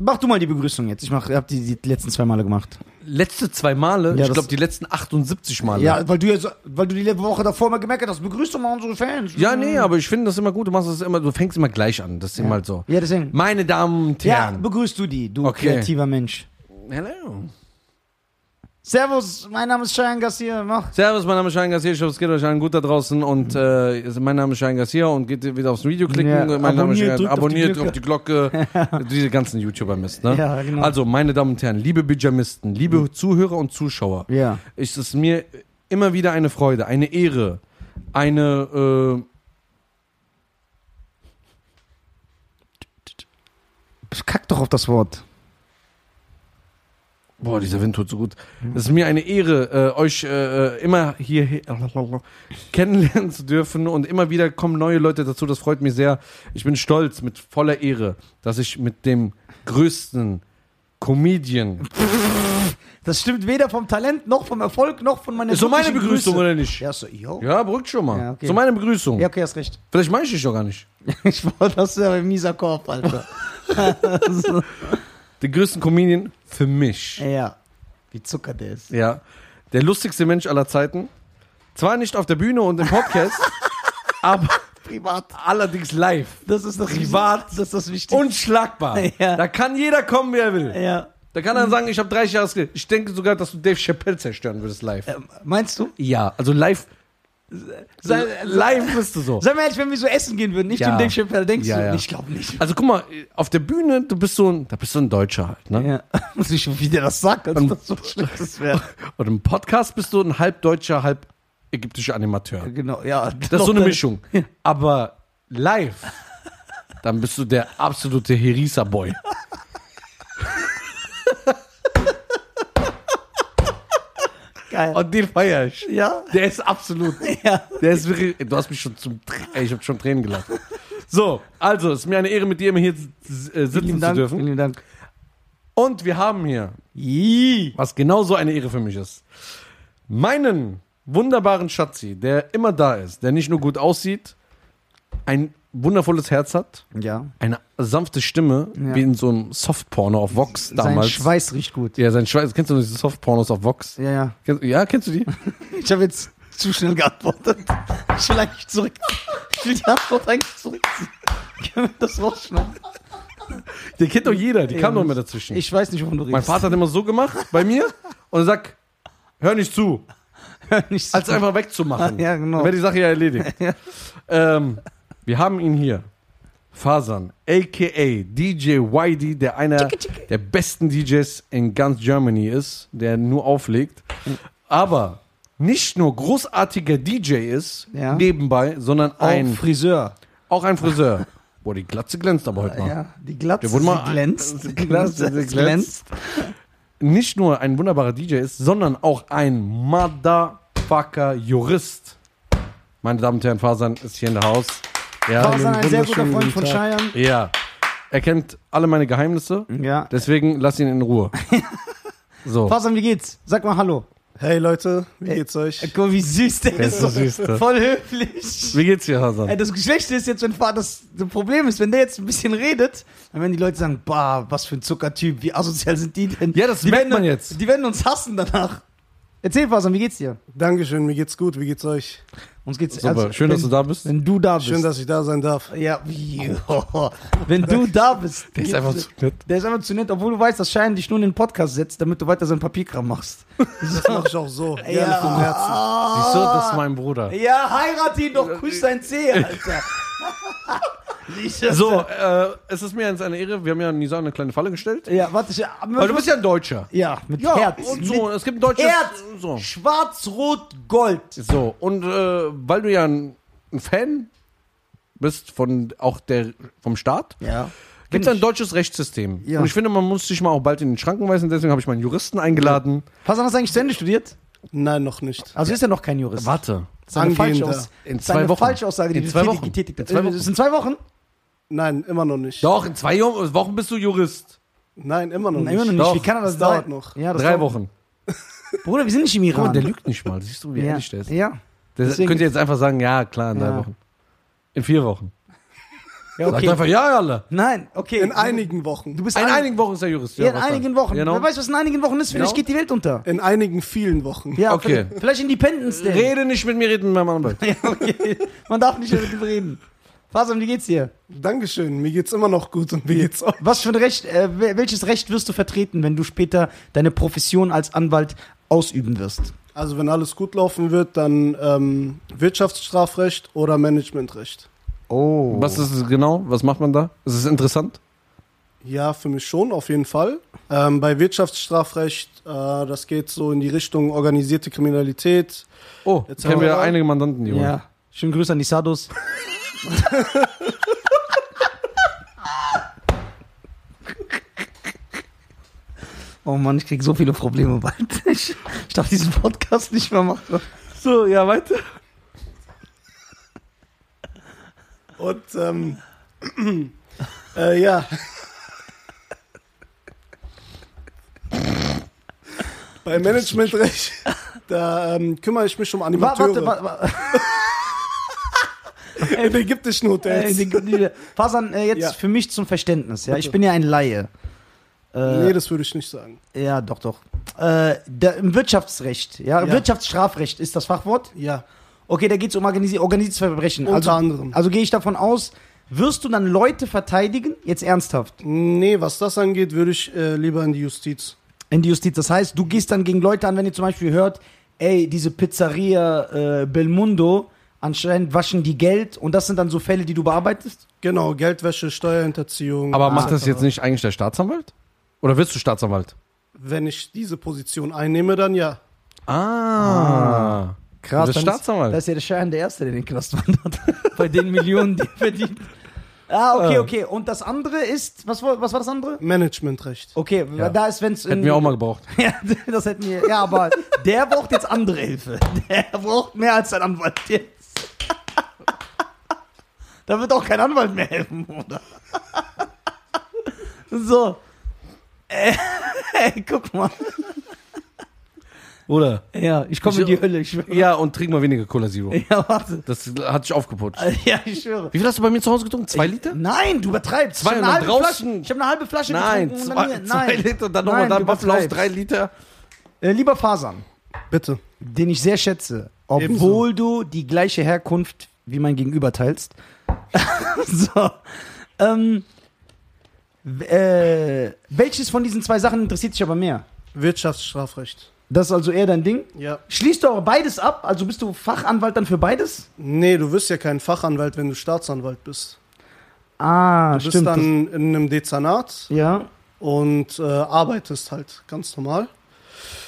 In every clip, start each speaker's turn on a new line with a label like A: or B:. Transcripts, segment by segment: A: Mach du mal die Begrüßung jetzt. Ich mach, hab die, die letzten zwei Male gemacht.
B: Letzte zwei Male,
A: Ja,
B: ich
A: das-
B: glaube die letzten 78 Male.
A: Ja, weil du jetzt, weil du die letzte Woche davor mal gemerkt hast, begrüßt doch mal unsere Fans.
B: Ja, nee, aber ich finde das immer gut. Du machst das immer, du fängst immer gleich an. Das ist immer halt so.
A: Ja, deswegen.
B: Meine Damen und
A: Ja,
B: Herren.
A: begrüßt du die, du
B: Okay.
A: kreativer Mensch.
B: Hello.
A: Servus, mein Name ist Cheyenne Gassier. Mach.
B: Servus, mein Name ist Schein Garcia. Ich hoffe, es geht euch allen gut da draußen. Und äh, mein Name ist Schein Garcia und geht wieder aufs Video klicken.
A: Ja,
B: mein Name ist
A: abonniert,
B: Schein-
A: drückt auf die
B: abonniert
A: Glocke.
B: auf die Glocke. Diese ganzen YouTuber-Mist. Ne?
A: Ja, Mhm. genau.
B: Also, meine Damen und Herren, liebe Bijamisten, liebe Zuhörer und Zuschauer,
A: Ja.
B: ist es mir immer wieder eine Freude, eine Ehre, eine. äh,
A: Kack doch auf das Wort.
B: Äh, boah, dieser Wind tut so gut. Es ist mir eine Ehre, äh, euch äh, immer hier kennenlernen zu dürfen und immer wieder kommen neue Leute dazu. Das freut mich sehr. Ich bin stolz, mit voller Ehre, dass ich mit dem größten
A: Äh,
B: Comedian.
A: Das stimmt weder vom Talent noch vom Erfolg noch von meiner
B: Ist so meine
A: wirklichen
B: Begrüßung
A: Größe.
B: oder nicht?
A: Ja, so, yo.
B: Ja, beruhigt schon mal.
A: Ja, okay.
B: So meine Begrüßung.
A: Ja, okay, hast recht.
B: Vielleicht meine ich dich doch gar nicht.
A: Ich war das ist ja ein mieser Korb, Alter.
B: Den größten Comedian für mich.
A: ja. Wie Zucker der ist.
B: Ja. Der lustigste Mensch aller Zeiten. Zwar nicht auf der Bühne und im Podcast, aber
A: Privat.
B: allerdings live.
A: Das ist das
B: Privat.
A: Das ist das Wichtigste.
B: Unschlagbar.
A: Ja.
B: Da kann jeder kommen, wer will.
A: ja.
B: Da kann er sagen, ich habe 30 Jahre Skill. Ich denke sogar, dass du Dave Chappelle zerstören würdest live.
A: Ähm, Meinst du?
B: Äh, Ja, also live.
A: Sei-
B: live bist du so.
A: Sei mal ehrlich, wenn wir so essen gehen würden, nicht
B: Ja.
A: den Dave Chappelle, denkst
B: Ja,
A: du?
B: ja.
A: Ich glaube nicht.
B: Also guck mal, auf der Bühne, du bist so ein, da bist du ein Deutscher halt, ne?
A: Ja. Muss ich schon wieder das sagt, als das so schlechtes wäre.
B: Und im Podcast bist du ein halb Deutscher, halb ägyptischer Animateur.
A: Genau, ja.
B: Das ist so eine Mischung. Aber live, dann bist du der absolute Herisa-Boy.
A: Geil.
B: Und den feier ich.
A: ja.
B: Der ist absolut.
A: Ja.
B: Der ist wirklich. Du hast mich schon zum. Tr- Ey, ich habe schon Tränen gelacht. So, also, es ist mir eine Ehre, mit dir immer hier s- äh, sitzen
A: Vielen
B: zu
A: Dank.
B: dürfen.
A: Vielen Dank.
B: Und wir haben hier,
A: Ii.
B: was genauso eine Ehre für mich ist, meinen wunderbaren Schatzi, der immer da ist, der nicht nur gut aussieht, ein wundervolles Herz hat,
A: Ja.
B: eine sanfte Stimme,
A: Ja.
B: wie in so einem Softporno auf Vox
A: Sein
B: damals.
A: Schweiß riecht gut.
B: ja, sein Schweiß. Kennst du diese Softpornos auf Vox?
A: Ja, ja.
B: Kennst, ja, kennst du die?
A: Ich habe jetzt zu schnell geantwortet. Ich will eigentlich zurück. Ich will die Antwort eigentlich zurückziehen. Können wir das rausschneiden?
B: Die kennt doch jeder, die
A: Ja.
B: kam doch immer dazwischen.
A: Ich weiß nicht, wovon du redest.
B: mein Vater hat immer so gemacht bei mir und sagt, hör nicht zu,
A: nicht so.
B: als einfach wegzumachen.
A: Ja, genau.
B: Dann wäre die Sache ja erledigt. ähm, wir haben ihn hier. Fasan, a.k.a. DJ YD, der einer der besten DJs in ganz Germany ist, der nur auflegt. Aber nicht nur großartiger DJ ist,
A: Ja.
B: nebenbei, sondern
A: ein
B: ein,
A: Oh, Friseur.
B: auch ein Friseur. Boah, die Glatze glänzt aber heute mal.
A: Ja, die Glatze
B: Der wurde mal-
A: sie glänzt.
B: Die Glatze, sie
A: Sie glänzt.
B: Nicht nur ein wunderbarer DJ ist, sondern auch ein Motherfucker-Jurist. Meine Damen und Herren, Fasan ist hier in der Haus. Ja.
A: Fasan, ein sehr guter
C: wunderschönen
A: Freund
C: guten
A: von
C: Tag.
A: Scheiern.
B: Ja. Er kennt alle meine Geheimnisse.
A: Ja.
B: Deswegen lass ihn in Ruhe. So.
A: Mhm. Fasan, wie geht's? Sag mal Hallo.
C: Hey Leute, wie geht's
A: Ey,
C: euch?
A: Guck, mal, wie süß der,
B: ist so süß, der.
A: Voll höflich.
B: Wie geht's dir,
A: Ey,
B: Hasan?
A: Das Schlechte ist jetzt, wenn Fa- das das Problem ist, wenn der jetzt ein bisschen redet, dann werden die Leute sagen, bah, was für ein Zuckertyp, wie asozial sind die denn?
B: Ja, das
A: die
B: merkt
A: werden,
B: man jetzt.
A: Die werden uns hassen danach. Erzähl, Fasan, wie geht's dir?
C: Dankeschön, mir geht's gut, wie geht's euch?
A: Uns geht's
B: Super. Schön,
A: also, wenn,
B: dass du da bist.
A: Wenn du da bist.
C: Schön, dass ich da sein darf.
A: ja, wie- wenn du da bist.
B: Der ist einfach zu nett.
A: Der ist einfach zu nett, obwohl du weißt, dass Schein dich nur in den Podcast setzt, damit du weiter sein Papierkram machst.
C: Das mache ich auch so, gerne
A: Ja. Ah.
C: vom Herzen.
B: Siehst du, das ist mein Bruder.
A: Ja, heirat ihn doch, küss sein Zeh, Alter.
B: So, äh, es ist mir jetzt eine Ehre. Wir haben ja Nisa eine kleine Falle gestellt.
A: Ja, warte, ich.
B: Aber du bist ja ein Deutscher.
A: ja, mit Herz.
B: und so. Es gibt ein deutsches.
A: Mit Herz,
B: So.
A: schwarz, rot, gold.
B: So, und äh, weil du ja ein, ein Fan bist von auch der vom Staat,
A: Ja.
B: gibt es ein deutsches Rechtssystem.
A: Ja.
B: Und ich finde, man muss sich mal auch bald in den Schranken weisen, deswegen habe ich meinen Juristen eingeladen.
A: Hast du das eigentlich zu Ende studiert?
C: Nein, noch nicht.
A: Also ist ja noch kein Jurist.
B: Warte.
A: Das ist eine
C: Angehender.
A: Falschaus-
B: In
A: das ist eine
B: zwei Wochen.
A: Falschaussage, die
B: In
A: du
B: zwei
A: tätig-
B: Wochen.
A: getätigt
B: In
A: hast.
B: zwei Wochen.
A: Äh, Ist in zwei Wochen?
C: Nein, immer noch nicht.
B: Doch, in zwei Jo- Wochen bist du Jurist.
C: Nein, immer noch
A: Nein,
C: nicht.
A: immer noch nicht.
B: Doch.
A: Wie kann er das
C: Das dauert
A: sein?
C: noch.
A: Ja, das
B: Drei
A: dauert-
B: Wochen.
A: Bruder, wir sind nicht im
B: Guck mal,
A: Iran.
B: der lügt nicht mal. Siehst du, wie
A: ja.
B: ehrlich der ist?
A: Ja.
B: Der
A: deswegen-
B: könnt ihr jetzt einfach sagen, ja, klar, in drei
A: Ja.
B: Wochen. In vier Wochen.
A: Ja,
B: Sagt einfach, ja, alle.
A: Nein, okay.
C: In einigen Wochen.
A: Du bist
B: In
A: ein-
B: einigen Wochen ist er Jurist.
A: Ja, in
B: was dann?
A: einigen Wochen.
B: Genau.
A: Wer weiß, was in einigen Wochen ist? Vielleicht
B: Genau.
A: geht die Welt unter.
C: In einigen vielen Wochen.
A: Ja,
B: Okay.
A: vielleicht- Vielleicht Independence Day.
B: Rede nicht mit mir, rede mit meinem Anwalt.
A: Ja, okay. Man darf nicht mehr mit ihm reden. Fasam, wie geht's dir?
C: Dankeschön, mir geht's immer noch gut und wie geht's auch.
A: Was für ein Recht, äh, wel- welches Recht wirst du vertreten, wenn du später deine Profession als Anwalt ausüben wirst?
C: Also wenn alles gut laufen wird, dann ähm, Wirtschaftsstrafrecht oder Managementrecht.
A: Oh.
B: Was ist es genau? Was macht man da? Ist es interessant?
C: Ja, für mich schon, auf jeden Fall. Ähm, bei Wirtschaftsstrafrecht, äh, das geht so in die Richtung organisierte Kriminalität.
B: Oh,
C: Jetzt
B: jetzt
C: haben
B: kennen
C: wir
B: wir
C: mal.
B: einige Mandanten, die holen.
A: Ja. Schönen Grüße an die Sados. oh Mann, ich krieg so viele Probleme bald. Ich, ich darf diesen Podcast nicht mehr machen.
B: So, ja, weiter.
C: Und ähm, äh, ja. bei Managementrecht, da ähm, kümmere ich mich um
A: Wa-
C: Animateure
A: Warte, warte, warte.
C: in ägyptischen
A: Äh,
C: Hotels.
A: die- die- Fasan, äh, jetzt
C: Ja.
A: für mich zum Verständnis. Ja, ich bin ja ein Laie. Äh,
C: nee, das würde ich nicht sagen.
A: Ja, doch, doch. Äh, da, Im Wirtschaftsrecht, ja,
C: Ja.
A: Wirtschaftsstrafrecht ist das Fachwort.
C: Ja,
A: Okay, da geht es um organisi organisiertes Verbrechen.
C: unter
A: Also,
C: anderem.
A: also gehe ich davon aus, wirst du dann Leute verteidigen, jetzt ernsthaft,
C: Nee, was das angeht, würde ich äh, lieber in die Justiz.
A: in die Justiz? Das heißt, du gehst dann gegen Leute an, wenn ihr zum Beispiel hört, ey, diese Pizzeria äh, Belmundo, anscheinend waschen die Geld und das sind dann so Fälle, die du bearbeitest?
C: Genau, Geldwäsche, Steuerhinterziehung.
B: Aber macht das
C: etc.
B: jetzt nicht eigentlich der Staatsanwalt? Oder wirst du Staatsanwalt?
C: Wenn ich diese Position einnehme, dann ja.
B: Ah. Du bist
A: dann ist-
B: Staatsanwalt.
A: Da ist ja der Schein der Erste, der in den Knast wandert. Bei den Millionen, die er verdient. Ah, okay,
B: Ja.
A: okay. Und das andere ist, was, war- was war das andere?
C: Managementrecht.
A: Okay,
B: Ja.
A: da ist, wenn es.
B: Hätten wir auch mal gebraucht.
A: Ja, das hätten wir. Ja, aber der braucht jetzt andere Hilfe. Der braucht mehr als sein Anwalt jetzt. da wird auch kein Anwalt mehr helfen, oder? so. Ey, ey, guck mal.
B: Oder?
A: Ja, ich komme in die Hölle. Ich schwöre.
B: Ja, und trink mal weniger Cola Zero.
A: ja, warte.
B: Das hat dich aufgeputscht.
A: Ja, ich schwöre.
B: Wie viel hast du bei mir zu Hause getrunken? Zwei Liter?
A: Nein, du übertreibst.
B: Zwei
A: ich habe
B: und
A: eine,
B: dann
A: halbe
B: draußen.
A: Flasche- ich hab eine halbe Flasche
B: Nein,
A: getrunken.
B: zwei,
A: und dann,
B: zwei
A: nein.
B: Liter, dann nochmal
A: Nein,
B: dann
A: du
B: Buffalo aus,
A: übertreibst.
B: drei Liter.
A: Äh, lieber Fasan,
C: Bitte.
A: den ich sehr schätze, obwohl du die gleiche Herkunft wie mein Gegenüber teilst. so. Ähm, w- äh, welches von diesen zwei Sachen interessiert dich aber mehr?
C: Wirtschaftsstrafrecht.
A: Das ist also eher dein Ding.
C: Ja.
A: Schließt du aber beides ab? Also bist du Fachanwalt dann für beides?
C: Nee, du wirst ja kein Fachanwalt, wenn du Staatsanwalt bist.
A: Ah,
C: Du bist dann in einem Dezernat
A: ja.
C: und äh, arbeitest halt ganz normal.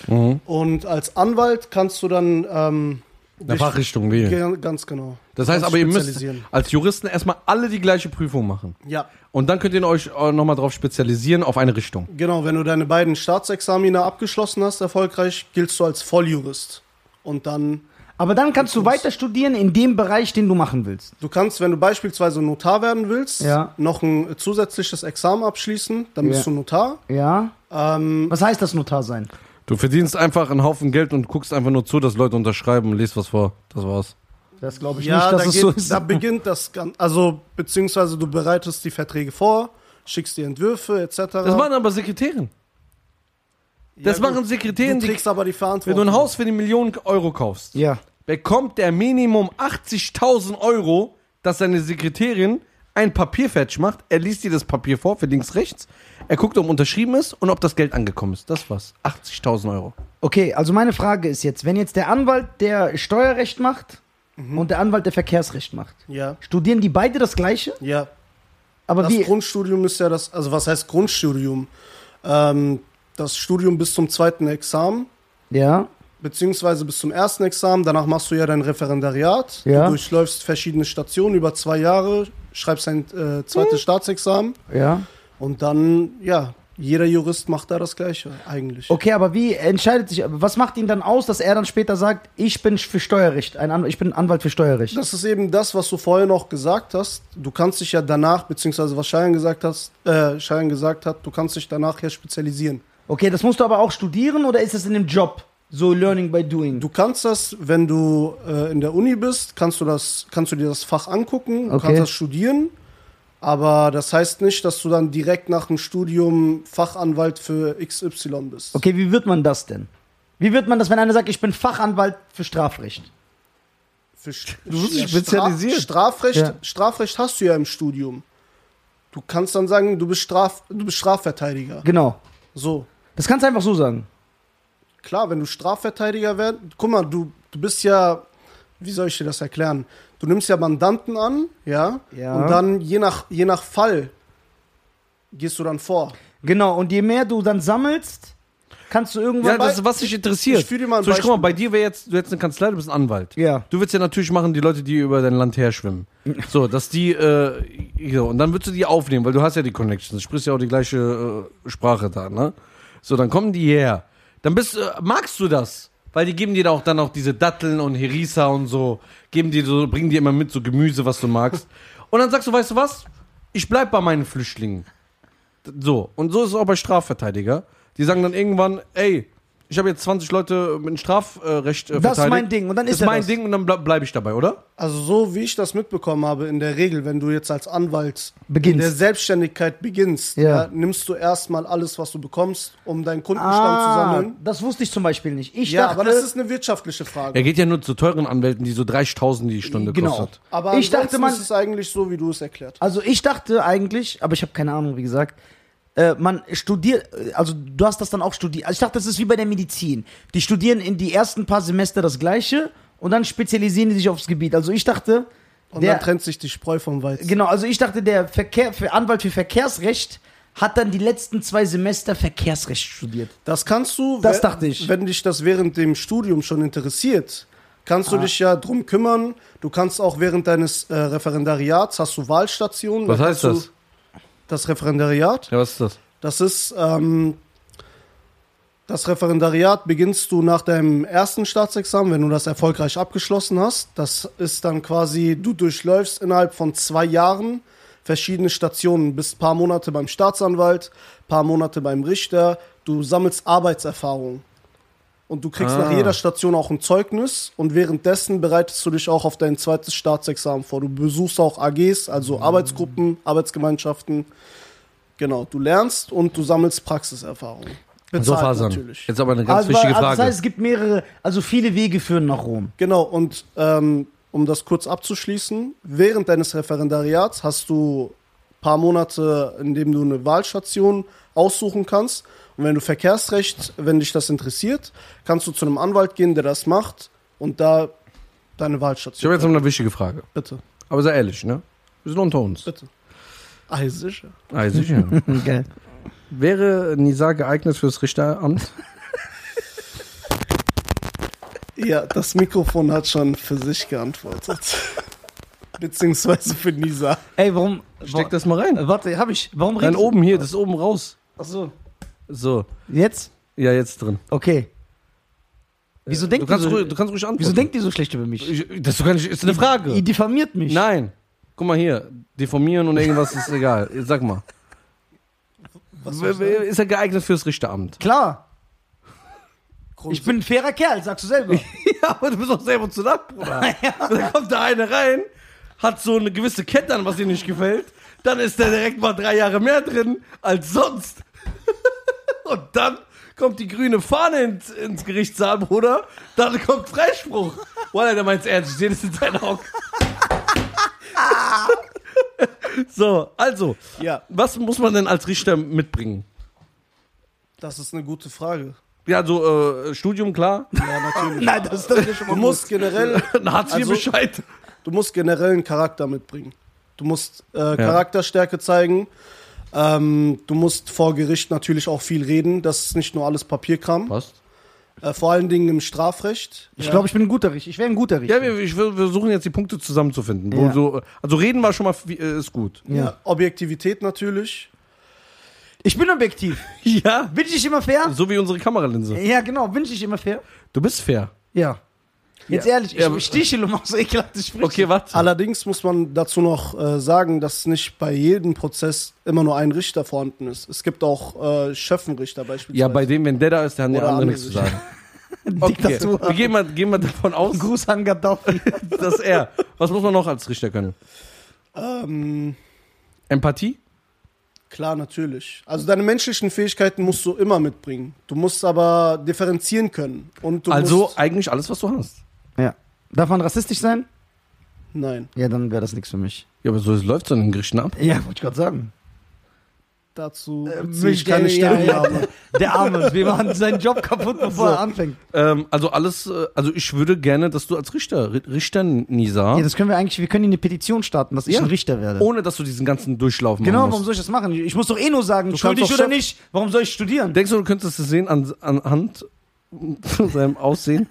B: Mhm.
C: Und als Anwalt kannst du dann ähm,
B: Eine Fachrichtung wählen.
C: ge- ganz genau.
B: Das heißt
C: ganz
B: aber, ihr müsst
C: spezialisieren.
B: als Juristen erstmal alle die gleiche Prüfung machen.
C: Ja,
B: Und dann könnt ihr euch nochmal drauf spezialisieren auf eine Richtung.
C: genau. Wenn du deine beiden Staatsexamine abgeschlossen hast, erfolgreich, giltst du als Volljurist. Und dann
A: Aber dann kannst du weiter studieren in dem Bereich, den du machen willst.
C: Du kannst, wenn du beispielsweise Notar werden willst,
A: Ja.
C: noch ein zusätzliches Examen abschließen, dann
A: Ja.
C: bist du Notar.
A: Ja.
C: Ähm,
A: Was heißt das Notar sein?
B: Du verdienst einfach einen Haufen Geld und guckst einfach nur zu, dass Leute unterschreiben und lest was vor. Das war's.
A: Das glaube ich
C: ja,
A: nicht, dass
C: da,
A: es
C: geht,
A: so ist.
C: da beginnt das Ganze. Also, beziehungsweise du bereitest die Verträge vor, schickst die Entwürfe etc.
B: Das machen aber Sekretären. Das
C: gut.
B: machen
C: du
B: Sekretären, die,
C: trägst aber die
B: wenn du
C: Verantwortung.
B: ein Haus für eine Million Euro kaufst,
A: ja.
B: bekommt der Minimum 80.000 Euro, dass seine Sekretärin ein Papier fertig macht. Er liest dir das Papier vor, für links, rechts. Er guckt, ob unterschrieben ist und ob das Geld angekommen ist. Das war's. 80.000 Euro.
A: Okay, also meine Frage ist jetzt, wenn jetzt der Anwalt, der Steuerrecht macht
C: Mhm.
A: und der Anwalt, der Verkehrsrecht macht,
C: Ja,
A: studieren die beide das Gleiche?
C: ja.
A: Aber
C: Das
A: wie?
C: Grundstudium ist ja das, also was heißt Grundstudium? Ähm, das Studium bis zum zweiten Examen,
A: Ja,
C: beziehungsweise bis zum ersten Examen. Danach machst du ja dein Referendariat.
A: Ja.
C: Du durchläufst verschiedene Stationen über zwei Jahre, schreibst dein äh, zweites
B: Hm.
C: Staatsexamen
A: ja.
C: und dann, ja, jeder Jurist macht da das Gleiche eigentlich.
A: Okay, aber wie entscheidet sich, was macht ihn dann aus, dass er dann später sagt, ich bin für Steuerrecht, ein Anwalt, ich bin Anwalt für Steuerrecht?
C: Das ist eben das, was du vorher noch gesagt hast. Du kannst dich ja danach, beziehungsweise was Schein gesagt, hast, äh, Schein gesagt hat, du kannst dich danach ja spezialisieren.
A: Okay, das musst du aber auch studieren oder ist das in dem Job? So Learning by Doing.
C: Du kannst das, wenn du äh, in der Uni bist, kannst du das, kannst du dir das Fach angucken, du
A: Okay.
C: kannst das studieren Aber das heißt nicht, dass du dann direkt nach dem Studium Fachanwalt für XY bist.
A: Okay, wie wird man das denn? Wie wird man das, wenn einer sagt, ich bin Fachanwalt für Strafrecht?
C: Für Sch-
B: Du wirst
C: Stra-
B: spezialisiert.
C: Strafrecht,
A: Ja.
C: Strafrecht hast du ja im Studium. Du kannst dann sagen, du bist, Straf, du bist Strafverteidiger.
A: Genau.
C: So.
A: Das kannst du einfach so sagen.
C: Klar, wenn du Strafverteidiger wärst, guck mal, du, du bist ja, wie soll ich dir das erklären? Du nimmst ja Mandanten an, ja,
A: Ja.
C: und dann je nach, je nach Fall gehst du dann vor.
A: Genau, und je mehr du dann sammelst, kannst du irgendwann.
B: Ja, das ist, was dich interessiert.
C: Ich fühl dir mal ein
B: so, ich guck mal,
C: Beispiel.
B: bei dir wäre jetzt, du hättest eine Kanzlei, du bist ein Anwalt.
A: Ja.
B: Du willst ja natürlich machen, die Leute, die über dein Land herschwimmen. So, dass die, äh, so, und dann würdest du die aufnehmen, weil du hast ja die Connections, sprichst ja auch die gleiche äh, Sprache da, ne? So, dann kommen die her. Dann bist, äh, magst du das? Weil die geben dir da auch dann auch diese Datteln und Herisa und so, geben dir so, bringen dir immer mit so Gemüse, was du magst. Und dann sagst du, weißt du was? Ich bleib bei meinen Flüchtlingen. So, und so ist es auch bei Strafverteidiger. Die sagen dann irgendwann, ey, ich habe jetzt 20 Leute mit dem Strafrecht äh, verteidigt.
A: Das ist mein Ding. Und dann
B: Das
A: ist er
B: ist mein
A: das.
B: Ding und dann bleibe ich dabei, oder?
C: Also so wie ich das mitbekommen habe, in der Regel, wenn du jetzt als Anwalt
A: Beginnst.
C: in der Selbstständigkeit beginnst,
A: Ja.
C: ja. nimmst du erstmal alles, was du bekommst, um deinen Kundenstamm zu
A: Ah,
C: sammeln.
A: das wusste ich zum Beispiel nicht. Ich
C: Ja,
A: dachte,
C: aber das ist eine wirtschaftliche Frage.
B: Er geht ja nur zu teuren Anwälten, die so 30.000 die Stunde
A: Genau.
B: kostet.
C: Aber
A: Ich dachte,
C: ansonsten
A: man-
C: ist es eigentlich so, wie du es erklärt hast.
A: also ich dachte eigentlich, aber ich habe keine Ahnung, wie gesagt. äh, Man studiert, äh, also du hast das dann auch studiert. Also ich dachte, das ist wie bei der Medizin. Die studieren in die ersten paar Semester das Gleiche und dann spezialisieren die sich aufs Gebiet. Also ich dachte,
C: Und
A: der,
C: dann trennt sich die Spreu vom Weizen.
A: genau, also ich dachte, der Verkehr, für Anwalt für Verkehrsrecht hat dann die letzten zwei Semester Verkehrsrecht studiert.
C: Das kannst du,
A: Das
C: we-
A: dachte ich.
C: wenn dich das während dem Studium schon interessiert, kannst
A: Ah.
C: du dich ja drum kümmern. Du kannst auch während deines äh, Referendariats, hast du Wahlstationen.
B: Was
C: da
B: heißt
C: kannst
B: das?
C: Du das Referendariat,
B: Ja, was ist das?
C: das ist, ähm, das Referendariat beginnst du nach deinem ersten Staatsexamen, wenn du das erfolgreich abgeschlossen hast. Das ist dann quasi, du durchläufst innerhalb von zwei Jahren verschiedene Stationen, bist paar Monate beim Staatsanwalt, paar Monate beim Richter, du sammelst Arbeitserfahrung. Und du kriegst
B: Ah.
C: nach jeder Station auch ein Zeugnis und währenddessen bereitest du dich auch auf dein zweites Staatsexamen vor. Du besuchst auch AGs, also Arbeitsgruppen, Arbeitsgemeinschaften. Genau, du lernst und du sammelst Praxiserfahrung. Bezahlt
B: so, Fasan.
C: natürlich.
B: Jetzt aber eine ganz
A: also,
B: wichtige
A: also
B: Frage.
A: das heißt, es gibt mehrere, also viele Wege führen nach Rom.
C: Genau, und ähm, um das kurz abzuschließen, während deines Referendariats hast du ein paar Monate, in dem du eine Wahlstation aussuchen kannst. Und wenn du Verkehrsrecht, wenn dich das interessiert, kannst du zu einem Anwalt gehen, der das macht und da deine
B: ich habe
C: Wahlstation.
B: jetzt noch eine wichtige Frage.
C: bitte,
B: Aber sei ehrlich, ne? Wir sind unter uns.
C: bitte. Ah, sicher.
B: Ah, sicher.
A: Geil.
B: Wäre Nisa geeignet fürs Richteramt?
C: Ja, das Mikrofon hat schon für sich geantwortet. Beziehungsweise für Nisa.
A: Ey, warum?
B: Steck das mal rein.
A: Warte, hab ich. Warum
B: Dann
A: redest du?
B: oben hier, das ist oben raus.
A: Achso.
B: So.
A: Jetzt?
B: Ja, jetzt drin.
A: Okay. Wieso
B: Äh, Du
A: denkt ihr
B: kannst,
A: so,
B: ruhig, du kannst ruhig antworten.
A: wieso denkt ihr so schlecht über mich?
B: Ich- Das kann ich, ist eine Frage.
A: Ihr diffamiert mich.
B: Nein. Guck mal hier. Deformieren und irgendwas ist egal. Jetzt Sag mal. W- w- Ist er geeignet fürs Richteramt?
A: Klar. Ich
C: Grundsätzlich-
A: bin ein fairer Kerl, sagst du selber.
B: Ja, aber du bist auch sehr emotional, Bruder. Da kommt da einer rein, hat so eine gewisse Kette an, was ihm nicht gefällt. Dann ist der direkt mal drei Jahre mehr drin als sonst. Und dann kommt die grüne Fahne ins, ins Gerichtssaal, Bruder. Dann kommt Freispruch. Wallah, der meint's ernst. Ich sehe das in seinen Augen. so, also,
C: Ja,
B: was muss man denn als Richter mitbringen?
C: das ist eine gute Frage.
B: Ja, so äh, Studium, klar.
C: Ja, natürlich.
A: Nein, das ist doch nicht schon
C: Du musst generell,
B: Ein Hartz-IV-Bescheid.
C: du musst generell einen Charakter mitbringen. Du musst äh, Charakterstärke zeigen. Ähm, du musst vor Gericht natürlich auch viel reden. Das ist nicht nur alles Papierkram.
B: Was?
C: Äh, vor allen Dingen im Strafrecht.
A: Ich glaube, ich bin ein guter Richter. Ich wäre ein guter Richter.
B: Ja, wir, ich, wir versuchen jetzt die Punkte zusammenzufinden. Wo
A: Ja.
B: so, also reden war schon mal viel- äh, ist gut.
C: ja. ja. Objektivität natürlich.
A: Ich bin objektiv.
B: Ja.
A: Bin ich immer fair?
B: So wie unsere Kameralinse.
A: Ja, genau. Bin ich immer fair?
B: Du bist fair.
A: Ja. Jetzt ehrlich, ich
B: Ja, aber-
A: ja, stichel um auch so ekelhafte Sprüche.
B: Okay, warte.
C: Allerdings muss man dazu noch äh, sagen, dass nicht bei jedem Prozess immer nur ein Richter vorhanden ist. Es gibt auch äh, Schöffenrichter beispielsweise.
B: Ja, bei dem, wenn der da ist, dann haben die
C: Oder
B: anderen
C: andere
B: nichts zu sagen. Okay. Wir gehen mal, gehen mal davon aus,
A: Gruß an Gaddafi.
B: dass er. Was muss man noch als Richter können?
C: ähm,
B: Empathie?
C: Klar, natürlich. Also deine menschlichen Fähigkeiten musst du immer mitbringen. Du musst aber differenzieren können. Und du
B: Also
C: musst,
B: eigentlich alles, was du hast.
A: Ja. Darf man rassistisch sein?
C: nein,
A: Ja, dann wäre das nichts für mich.
B: Ja, aber so läuft es dann in Griechenland ab.
A: Ja, wollte ich gerade sagen.
C: dazu
A: Will
C: ziehe Äh, ich keine Stellung.
A: ja. Der Arme, wir machen seinen Job kaputt, bevor er anfängt.
B: Ähm, also alles, äh, also ich würde gerne, dass du als Richter, Ri- Richter Nisa,
A: Ja, das können wir eigentlich, wir können hier eine Petition starten, dass ich
B: Hm? Ja.
A: ein Richter werde.
B: ohne dass du diesen ganzen Durchlauf machen
A: genau,
B: musst.
A: warum soll ich das machen? Ich muss doch eh nur sagen,
C: kannst
A: schuldig
C: doch
A: oder
C: Chef-
A: nicht. Warum soll ich studieren?
B: Denkst du, du könntest es sehen an, anhand von seinem Aussehen?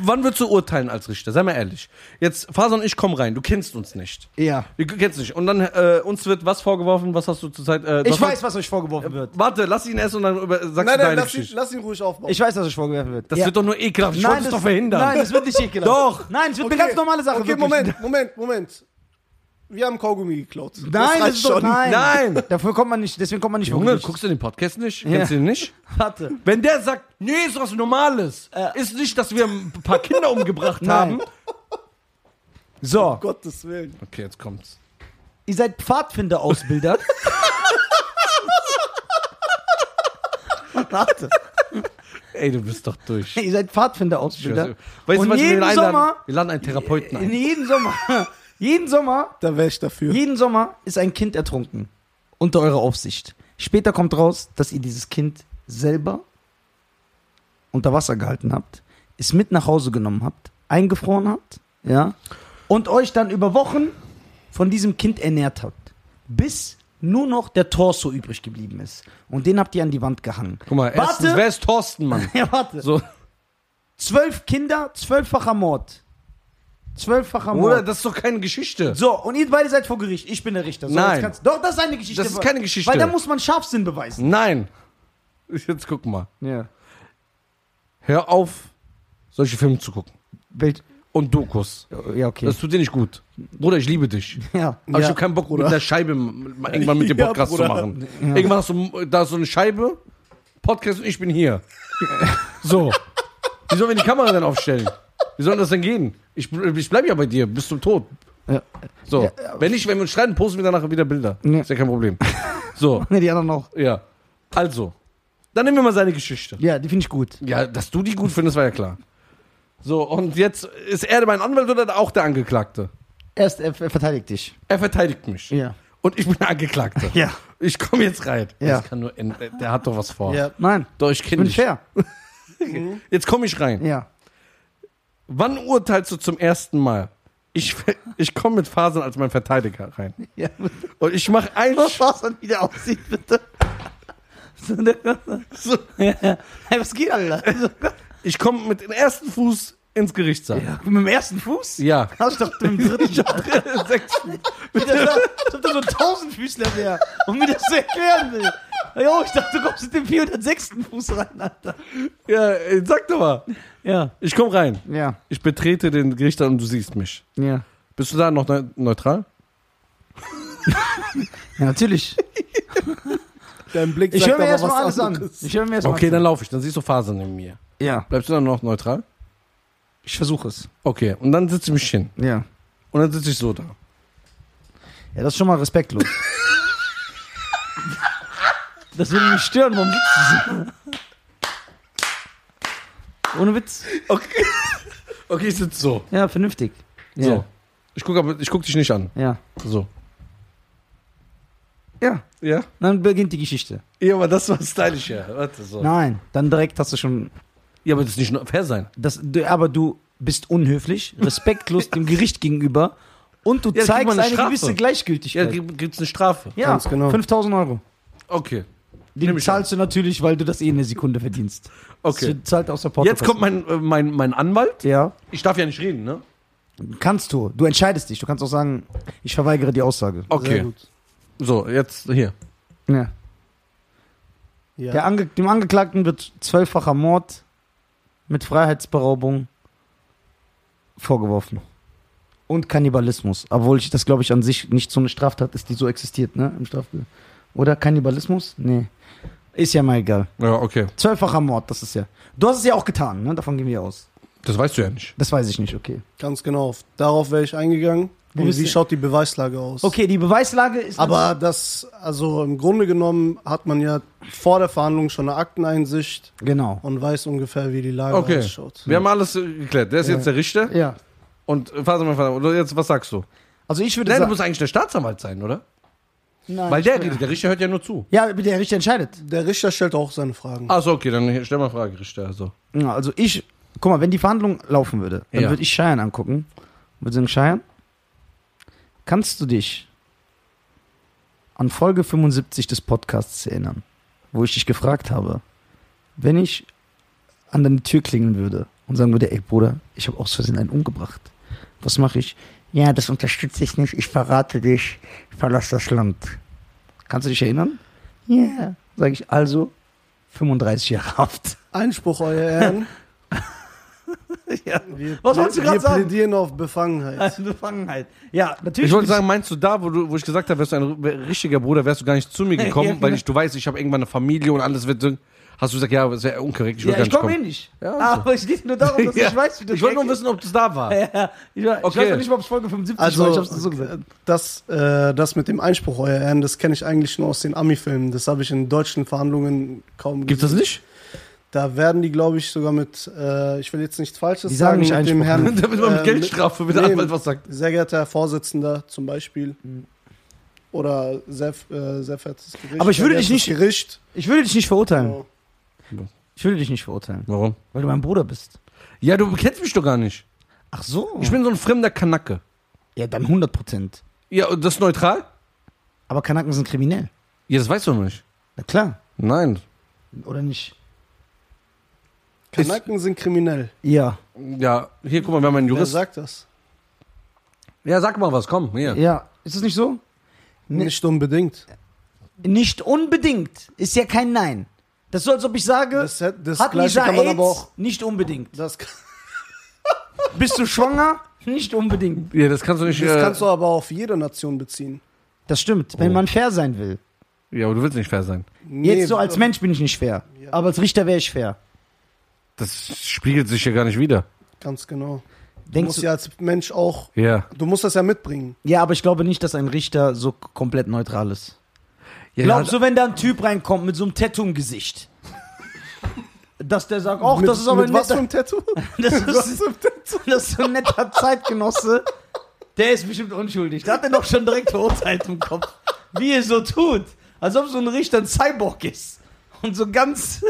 B: Wann würdest du urteilen als Richter? Sei mal ehrlich. Jetzt, Faser und ich kommen rein. Du kennst uns nicht.
A: Ja.
B: Du kennst nicht. Und dann, äh, uns wird was vorgeworfen? Was hast du zurzeit? Äh,
A: Ich
B: was
A: weiß, was euch vorgeworfen wird.
B: Warte, lass ihn erst und dann über, sagst
C: Nein,
B: du
C: nein,
B: deine
C: lass ihn,
B: Geschichte.
C: lass ihn ruhig aufbauen.
A: Ich weiß, was euch vorgeworfen wird.
B: Das
A: ja.
B: wird doch nur ekelhaft. Ich wollte es doch verhindern.
A: Nein, das wird nicht ekelhaft.
B: Doch.
A: Nein, es wird eine ganz normale Sache.
C: Okay,
A: wirklich.
C: Moment, Moment, Moment. Wir haben Kaugummi geklaut.
A: Nein, das
C: reicht
A: ist doch, nein.
B: Nein.
A: Dafür kommt man nicht, deswegen kommt man nicht vor
B: Junge,
A: Gericht.
B: guckst du den Podcast nicht?
A: Ja.
B: Kennst du ihn nicht?
A: Warte.
B: Wenn der sagt, nee, ist was Normales,
A: Äh.
B: ist nicht, dass wir ein paar Kinder umgebracht
A: Nein.
B: haben.
A: So,
C: Um Gottes Willen.
B: Okay, jetzt kommt's.
A: ihr seid Pfadfinder-Ausbilder. Warte.
B: Ey, du bist doch durch.
A: Ihr seid Pfadfinder-Ausbilder.
B: Weißt du,
A: Und
B: was wir
A: jeden
B: den einladen?
A: Sommer,
B: Wir laden einen Therapeuten
A: in
B: ein.
A: jeden Sommer, jeden Sommer
C: Da wäre ich dafür.
A: Jeden Sommer ist ein Kind ertrunken. Unter eurer Aufsicht. Später kommt raus, dass ihr dieses Kind selber unter Wasser gehalten habt, es mit nach Hause genommen habt, eingefroren habt, ja, und euch dann über Wochen von diesem Kind ernährt habt. Bis nur noch der Torso übrig geblieben ist. Und den habt ihr an die Wand gehangen.
B: Guck mal,
A: Warte.
B: erstens, wer ist Thorsten, Mann?
A: Ja, warte.
B: So.
A: Zwölf Kinder, zwölffacher Mord. Zwölffacher Mord.
B: Oder das ist doch keine Geschichte.
A: So, und ihr beide seid vor Gericht. Ich bin der Richter. So,
B: Nein.
A: jetzt kannst- doch, das ist eine Geschichte.
B: Das ist keine Geschichte.
A: Weil da muss man Scharfsinn beweisen.
B: Nein. Jetzt guck mal.
A: Ja.
B: Hör auf, solche Filme zu gucken. Und Dokus.
A: Ja, okay.
B: Das tut dir nicht gut. Bruder, ich liebe dich.
A: ja.
B: Aber ich
C: Ja,
B: hab keinen Bock,
C: Bruder.
B: mit der Scheibe m- mal irgendwann mit dir
C: Ja,
B: Podcast zu
C: Bruder.
B: machen. Irgendwann hast du da ist so eine Scheibe, Podcast und ich bin hier. so. Wie sollen wir die Kamera dann aufstellen? Wie soll das denn gehen? Ich, ich bleibe ja bei dir bis zum Tod.
A: Ja.
B: So.
A: Ja, aber-
B: wenn nicht, wenn wir uns streiten, posten wir danach wieder Bilder.
A: Ja.
B: Ist ja kein Problem. So,
A: Ne, die anderen auch.
B: ja. Also. Dann nehmen wir mal seine Geschichte.
A: Ja, die finde ich gut.
B: Ja, dass du die gut findest, war ja klar. So, und jetzt ist er mein Anwalt oder auch der Angeklagte?
A: Erst, er, er verteidigt dich.
B: Er verteidigt mich.
A: Ja.
B: Und ich bin der Angeklagte.
A: Ja.
B: Ich komme jetzt rein.
A: Ja.
B: Das kann nur enden. Der hat doch was vor.
C: Ja.
A: Nein.
B: Doch, ich kenne
A: bin
B: dich.
A: fair.
B: Jetzt komme ich rein.
A: Ja.
B: Wann urteilst du zum ersten Mal? Ich, ich komme mit Fasern als mein Verteidiger rein.
A: ja.
B: Und ich mache ein
A: Was war's dann wieder aussieht, bitte? So, ne-
B: so,
A: ja. ja. Hey, was geht, Alter? Also,
B: Ich komme mit dem ersten Fuß ins Gerichtssaal.
A: ja. Mit dem ersten Fuß?
B: Ja.
A: Hast du doch mit dem dritten. Ich
B: Sechs-
A: Als ob da so ein Tausendfüßler wäre und mir das so erklären will. Jo, ich dachte, du kommst mit dem 406. Fuß rein, Alter.
B: ja, äh, sag doch mal.
A: Ja.
B: Ich komme rein.
A: Ja.
B: Ich betrete den Gerichtssaal und du siehst mich.
A: Ja.
B: Bist du da noch neu- neutral?
A: Ja, natürlich.
C: Dein Blick
A: Ich
C: sagt
A: höre mir
C: aber
A: erstmal alles
C: was
A: an.
C: anderes.
A: Ich höre mir erstmal
B: Okay, dann
A: alles
B: laufe ich. Dann siehst du Fasern neben mir.
A: an. Ja.
B: Bleibst du dann noch neutral?
A: Ich versuche es.
B: Okay, und dann sitze ich mich hin.
A: Ja.
B: Und dann sitze ich so da.
A: Ja, das ist schon mal respektlos. das würde mich stören, warum sitzt du so? Ohne Witz.
B: Okay. Okay, ich sitze so.
A: Ja, vernünftig. Ja.
B: So. Ich gucke aber ich guck dich nicht an.
A: Ja.
B: So.
A: Ja.
B: Ja?
A: Dann beginnt die Geschichte.
B: Ja, aber das war stylisch, ja. Warte, so.
A: Nein, dann direkt hast du schon
B: Ja, aber das ist nicht nur fair sein.
A: Das, du, aber du bist unhöflich, respektlos dem Gericht gegenüber und du
B: Ja, da kriegt
A: zeigst
B: man eine
A: eine,
B: Strafe.
A: gewisse
B: Ja,
A: Gleichgültigkeit.
B: gibt gibt's eine Strafe.
A: Ja,
C: Ganz genau.
A: 5000 Euro.
B: Okay.
A: Die
B: Nehm ich
A: zahlst du natürlich, weil du das eh in der Sekunde verdienst.
B: Okay.
A: Das zahlt aus der
B: Jetzt kommt mein, äh, mein, mein Anwalt.
A: Ja,
B: Ich darf ja nicht reden, ne?
A: kannst du. Du entscheidest dich. Du kannst auch sagen, ich verweigere die Aussage.
C: Sehr
B: Okay.
C: gut.
B: So, jetzt hier.
A: Ja.
C: Ja.
A: Der Ange dem Angeklagten wird zwölffacher Mord mit Freiheitsberaubung vorgeworfen. Und Kannibalismus. Obwohl ich das, glaube ich, an sich nicht so eine Straftat ist, die so existiert, ne? Im Strafbild. Oder Kannibalismus? Nee. Ist ja mal egal.
B: Ja, okay.
A: Zwölffacher Mord, das ist ja. Du hast es ja auch getan, ne? Davon gehen wir aus.
B: Das weißt du ja nicht.
A: Das weiß ich nicht, okay.
C: Ganz genau. Darauf wäre ich eingegangen.
A: Wir
C: Und wie
A: müssen-
C: schaut die Beweislage aus?
A: Okay, die Beweislage ist.
C: Aber das, also im Grunde genommen hat man ja vor der Verhandlung schon eine Akteneinsicht
A: genau.
C: und weiß ungefähr, wie die Lage
B: Okay.
C: ausschaut.
B: Wir haben alles äh, geklärt. Der ist jetzt der Richter.
A: ne? Ja.
B: Und äh, Faser, mein Vater, oder jetzt, was sagst du?
A: Also ich würde
B: Nein, du
A: sagen.
B: musst eigentlich der Staatsanwalt sein, oder?
A: Nein.
B: Weil der redet, der Richter hört ja nur zu.
A: ja, der Richter entscheidet.
C: Der Richter stellt auch seine Fragen.
B: Achso, okay, dann stell mal Frage, Richter. Also.
A: Ja, also ich. Guck mal, wenn die Verhandlung laufen würde, dann
B: Ja.
A: würde ich Cheyenne angucken. Würde sagen, Cheyenne, kannst du dich an Folge 75 des Podcasts erinnern, wo ich dich gefragt habe, wenn ich an deine Tür klingeln würde und sagen würde, ey Bruder, ich habe aus Versehen einen umgebracht. Was mache ich? Ja, das unterstütze ich nicht. Ich verrate dich. Ich verlasse das Land. Kannst du dich erinnern? Ja. Sage ich also 35 Jahre Haft.
C: Einspruch, euer Ehren.
A: Ja.
C: Wir,
A: Was wolltest du
C: wir
A: gerade sagen?
C: plädieren auf Befangenheit.
A: Also Befangenheit. Ja, natürlich.
B: Ich wollte
A: bist-
B: sagen, meinst du da, wo, du, wo ich gesagt habe, wärst du ein r- richtiger Bruder, wärst du gar nicht zu mir gekommen,
A: Ja, genau.
B: weil ich, du weißt, ich habe irgendwann eine Familie und alles wird so. Hast du gesagt, ja, aber es wäre unkorrekt, ich würde
A: ja,
B: gar
A: ich
B: nicht
A: komme
B: kommen.
A: eh nicht.
B: Ja, also.
A: Aber es geht nur darum, dass
B: Ja.
A: ich weiß, wie das
B: Ich wollte nur
A: geht.
B: wissen, ob das da war.
A: Ja, ich, war- ich
B: Okay.
A: weiß noch nicht mal, ob es Folge 75
C: Also,
A: war. Ich hab's nur so gesagt.
C: Das, äh, das mit dem Einspruch, euer Ehren, das kenne ich eigentlich nur aus den Ami-Filmen. Das habe ich in deutschen Verhandlungen kaum
B: Gibt's das nicht?
C: Da werden die, glaube ich, sogar mit, äh, ich will jetzt nichts Falsches
A: Die sagen nicht
C: mit dem
A: Einspruch,
C: Herrn.
B: Damit man mit
A: Ähm,
C: äh,
B: Geldstrafe, wenn der
C: nee,
B: Anwalt was sagt.
C: Sehr geehrter Herr Vorsitzender zum Beispiel.
A: Mhm.
C: Oder sehr, äh, sehr verehrtes Gericht.
A: Aber ich
C: sehr
A: würde dich
C: geehrtes
A: nicht-
C: Gericht.
A: Ich würde dich nicht verurteilen.
C: Genau.
A: Ich würde dich nicht verurteilen,
B: Warum?
A: weil du mein Bruder bist.
B: Ja, du kennst mich doch gar nicht.
A: Ach so.
B: Ich bin so ein fremder Kanacke.
A: ja, dann 100 Prozent.
B: Ja, und das ist neutral?
A: Aber Kanaken sind kriminell.
B: Ja, das weißt du nicht.
A: Na klar.
B: Nein.
A: Oder nicht?
C: Kanaken sind kriminell.
A: Ja.
B: Ja, hier, guck mal, wir haben einen
C: Wer
B: Jurist.
C: sagt das?
B: Ja, sag mal was, komm, hier.
A: Ja. Ist es nicht so? Nee.
C: Nicht unbedingt.
A: Nicht unbedingt. Ist ja kein Nein. Das ist so, als ob ich sage,
C: Das, hat- das
A: hat
C: gleiche
A: Lisa
C: kann man
A: AIDS?
C: aber auch.
A: Nicht unbedingt.
C: Das, kann-
A: Bist du schwanger? Nicht unbedingt.
B: Ja, das kannst du nicht.
C: das
B: äh,
C: kannst du aber auf jede Nation beziehen.
A: Das stimmt, wenn man fair sein will.
B: ja, aber du willst nicht fair sein.
C: Oh. Nee,
A: Jetzt so als
C: äh,
A: Mensch bin ich nicht fair. Aber als Richter wäre ich fair.
B: Das spiegelt sich ja gar nicht wieder.
C: Ganz genau. Du
A: Denkst
C: musst
A: du?
C: ja als Mensch auch.
B: Ja.
C: Du musst das ja mitbringen.
A: Ja, aber ich glaube nicht, dass ein Richter so k- komplett neutral ist.
B: ja also,
A: Glaubst
B: ja,
A: du, wenn da ein Typ reinkommt mit so einem Tattoo im Gesicht, dass der sagt, ach,
C: mit,
A: das ist aber
C: mit
A: ein
C: was für
A: netter,
C: einem Tattoo?
A: das ist, das ist so ein netter Zeitgenosse, der ist bestimmt unschuldig. Da hat er doch schon direkt verurteilt im Kopf. Wie er so tut, als ob so ein Richter ein Cyborg ist. Und so ganz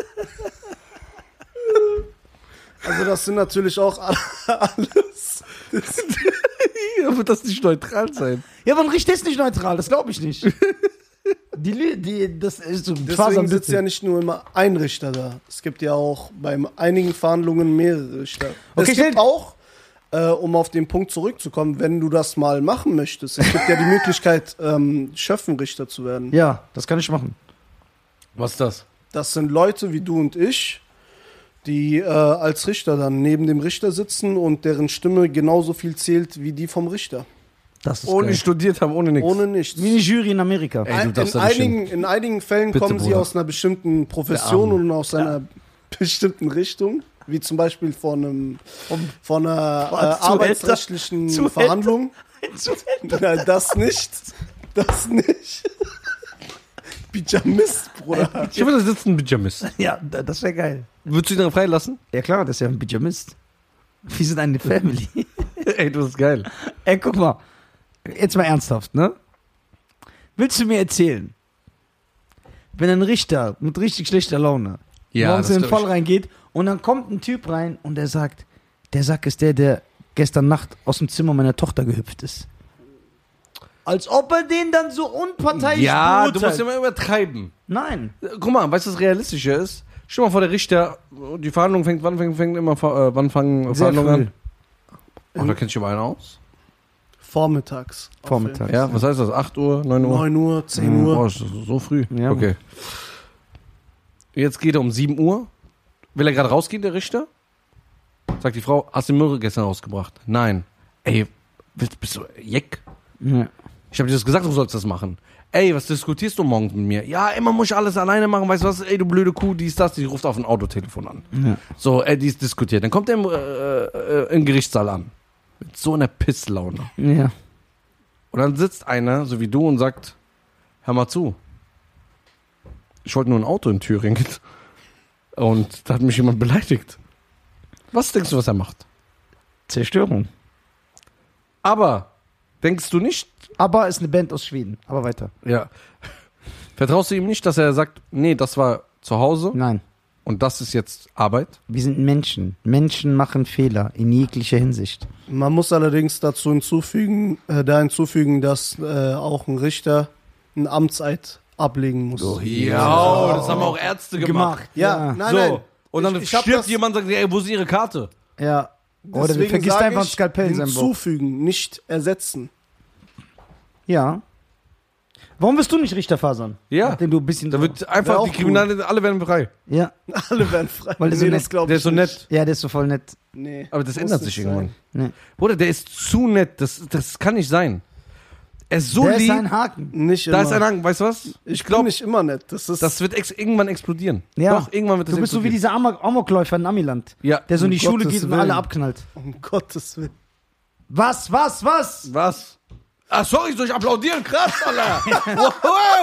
C: Also das sind natürlich auch alles.
B: Ja, wird das nicht neutral sein?
A: Ja, aber ein Richter ist nicht neutral, das glaube ich nicht. Die, Lü- die, das ist so
C: Deswegen sitzt
A: Faserbitte.
C: ja nicht nur immer ein Richter da. Es gibt ja auch bei einigen Verhandlungen mehrere Richter.
A: Okay,
C: es gibt
A: stell-
C: auch, äh, um auf den Punkt zurückzukommen, wenn du das mal machen möchtest, es gibt ja die Möglichkeit, ähm, Schöffenrichter zu werden.
A: Ja, das kann ich machen.
B: Was ist das?
C: Das sind Leute wie du und ich, die äh, als Richter dann neben dem Richter sitzen und deren Stimme genauso viel zählt wie die vom Richter.
A: Das ist
B: Ohne
A: ohne
B: studiert haben, ohne nichts.
C: Ohne nichts.
A: Wie eine Jury in Amerika.
B: Ey, du
C: Ein-
B: darfst
C: in,
B: da nicht hin.
C: einigen, in einigen Fällen
B: Bitte,
C: kommen sie
B: Bruder.
C: aus einer bestimmten Profession und aus einer bestimmten Richtung, wie zum Beispiel von, einem,
B: Um-
C: von einer äh,
A: Zuhälter.
C: arbeitsrechtlichen
A: Zuhälter.
C: Verhandlung. Nein, das nicht. Das nicht. Pyjamist, Bruder.
B: Ich will da sitzen, Pyjamis.
A: ja, da- das wäre geil.
B: Würdest du ihn dann freilassen?
A: Ja klar, das ist ja ein Pyjamist. Wir sind eine Family.
B: Ey, du bist geil.
A: Ey, guck mal. Jetzt mal ernsthaft, ne? Willst du mir erzählen, wenn ein Richter mit richtig schlechter Laune
B: Ja,
A: morgens
B: das
A: in den
B: glaub
A: Fall reingeht und dann kommt ein Typ rein und der sagt, der Sack ist der, der gestern Nacht aus dem Zimmer meiner Tochter gehüpft ist. Als ob er den dann so unparteiisch
B: Ja, du
A: beurteilt.
B: musst immer übertreiben.
A: Nein.
B: Guck mal, weißt du, was realistischer ist? Stell mal vor, der Richter, die Verhandlung fängt, wann fängt, fängt immer, Ver- äh, wann fangen
A: Sehr
B: Verhandlungen an? Oh, da kennst du mal einen aus?
C: Vormittags. auf
A: Vormittag.
B: Ja, was heißt das? 8 Uhr, 9
C: jeden
B: Uhr?
C: Fall. 9 Uhr, 10
B: Hm, Boah,
C: Uhr.
B: ist das so früh.
A: Ja.
B: Okay. Jetzt geht er um 7 Uhr. Will er gerade rausgehen, der Richter? Sagt die Frau, hast du die Möhre gestern rausgebracht? Nein. Ey, bist, bist du Jeck?
A: Ja.
B: Ich habe dir das gesagt, du sollst das machen. Ey, was diskutierst du morgens mit mir? Ja, immer muss ich alles alleine machen, weißt du was? Ey, du blöde Kuh, dies, das, die ruft auf ein Autotelefon an. So, ey, die ist diskutiert. Dann kommt er im, äh, äh, im Gerichtssaal an. Mit so einer Pisslaune.
A: ja.
B: Und dann sitzt einer, so wie du, und sagt, hör mal zu. Ich wollte nur ein Auto in Thüringen. Und da hat mich jemand beleidigt. Was denkst du, was er macht?
A: Zerstörung.
B: Aber denkst du nicht,
A: Aber ist eine Band aus Schweden. Aber weiter.
B: ja, vertraust du ihm nicht, dass er sagt, nee, das war zu Hause
A: Nein.
B: und das ist jetzt Arbeit?
A: Wir sind Menschen. Menschen machen Fehler in jeglicher Hinsicht.
C: Man muss allerdings dazu hinzufügen, äh, da hinzufügen, dass äh, auch ein Richter ein Amtseid ablegen muss.
B: Ja, das haben auch Ärzte
C: Ja,
A: Ja.
C: nein,
B: so.
C: nein.
B: Und dann
C: Ich- ich hab
B: stirbt
C: das-
B: jemand und sagt, ey, wo ist ihre Karte?
A: Ja. Oder
C: Deswegen
A: du vergisst
C: sage
A: einfach ein
C: ich,
A: Skalpell in seinem Bauch.
C: Hinzufügen, nicht ersetzen.
A: Ja. Warum bist du nicht Richter Fasern?
B: Ja.
A: Nachdem du ein bisschen.
B: Da wird einfach
C: auch
B: die Kriminelle, alle werden frei.
A: ja.
C: Alle werden frei.
A: Weil der so nett-
C: glaub
B: Der ist so nett.
A: ja, der ist so voll nett.
C: Nee,
B: Aber das
C: muss
B: ändert
C: nicht
B: sich
C: sein.
B: irgendwann.
A: Nee.
B: Bruder, der ist zu nett. Das, das kann nicht sein. Er ist so
A: der ist
B: lieb.
A: ein Haken.
C: Nicht immer.
B: da ist ein Haken. Weißt du was?
C: ich
B: glaub-
C: glaube nicht immer nett. Das ist
B: Das wird ex irgendwann explodieren.
A: Ja.
B: Doch, irgendwann wird das
A: Du bist so wie
B: explodieren.
A: dieser Amok Amokläufer in Amiland,
B: Ja.
A: der so in
C: Um
A: die Schule
C: Gottes
A: geht und
C: Willen.
A: alle abknallt.
C: um Gottes Willen.
A: Was, was, was?
B: Was? Ah, sorry, soll ich applaudieren? Krass, Alter. wow,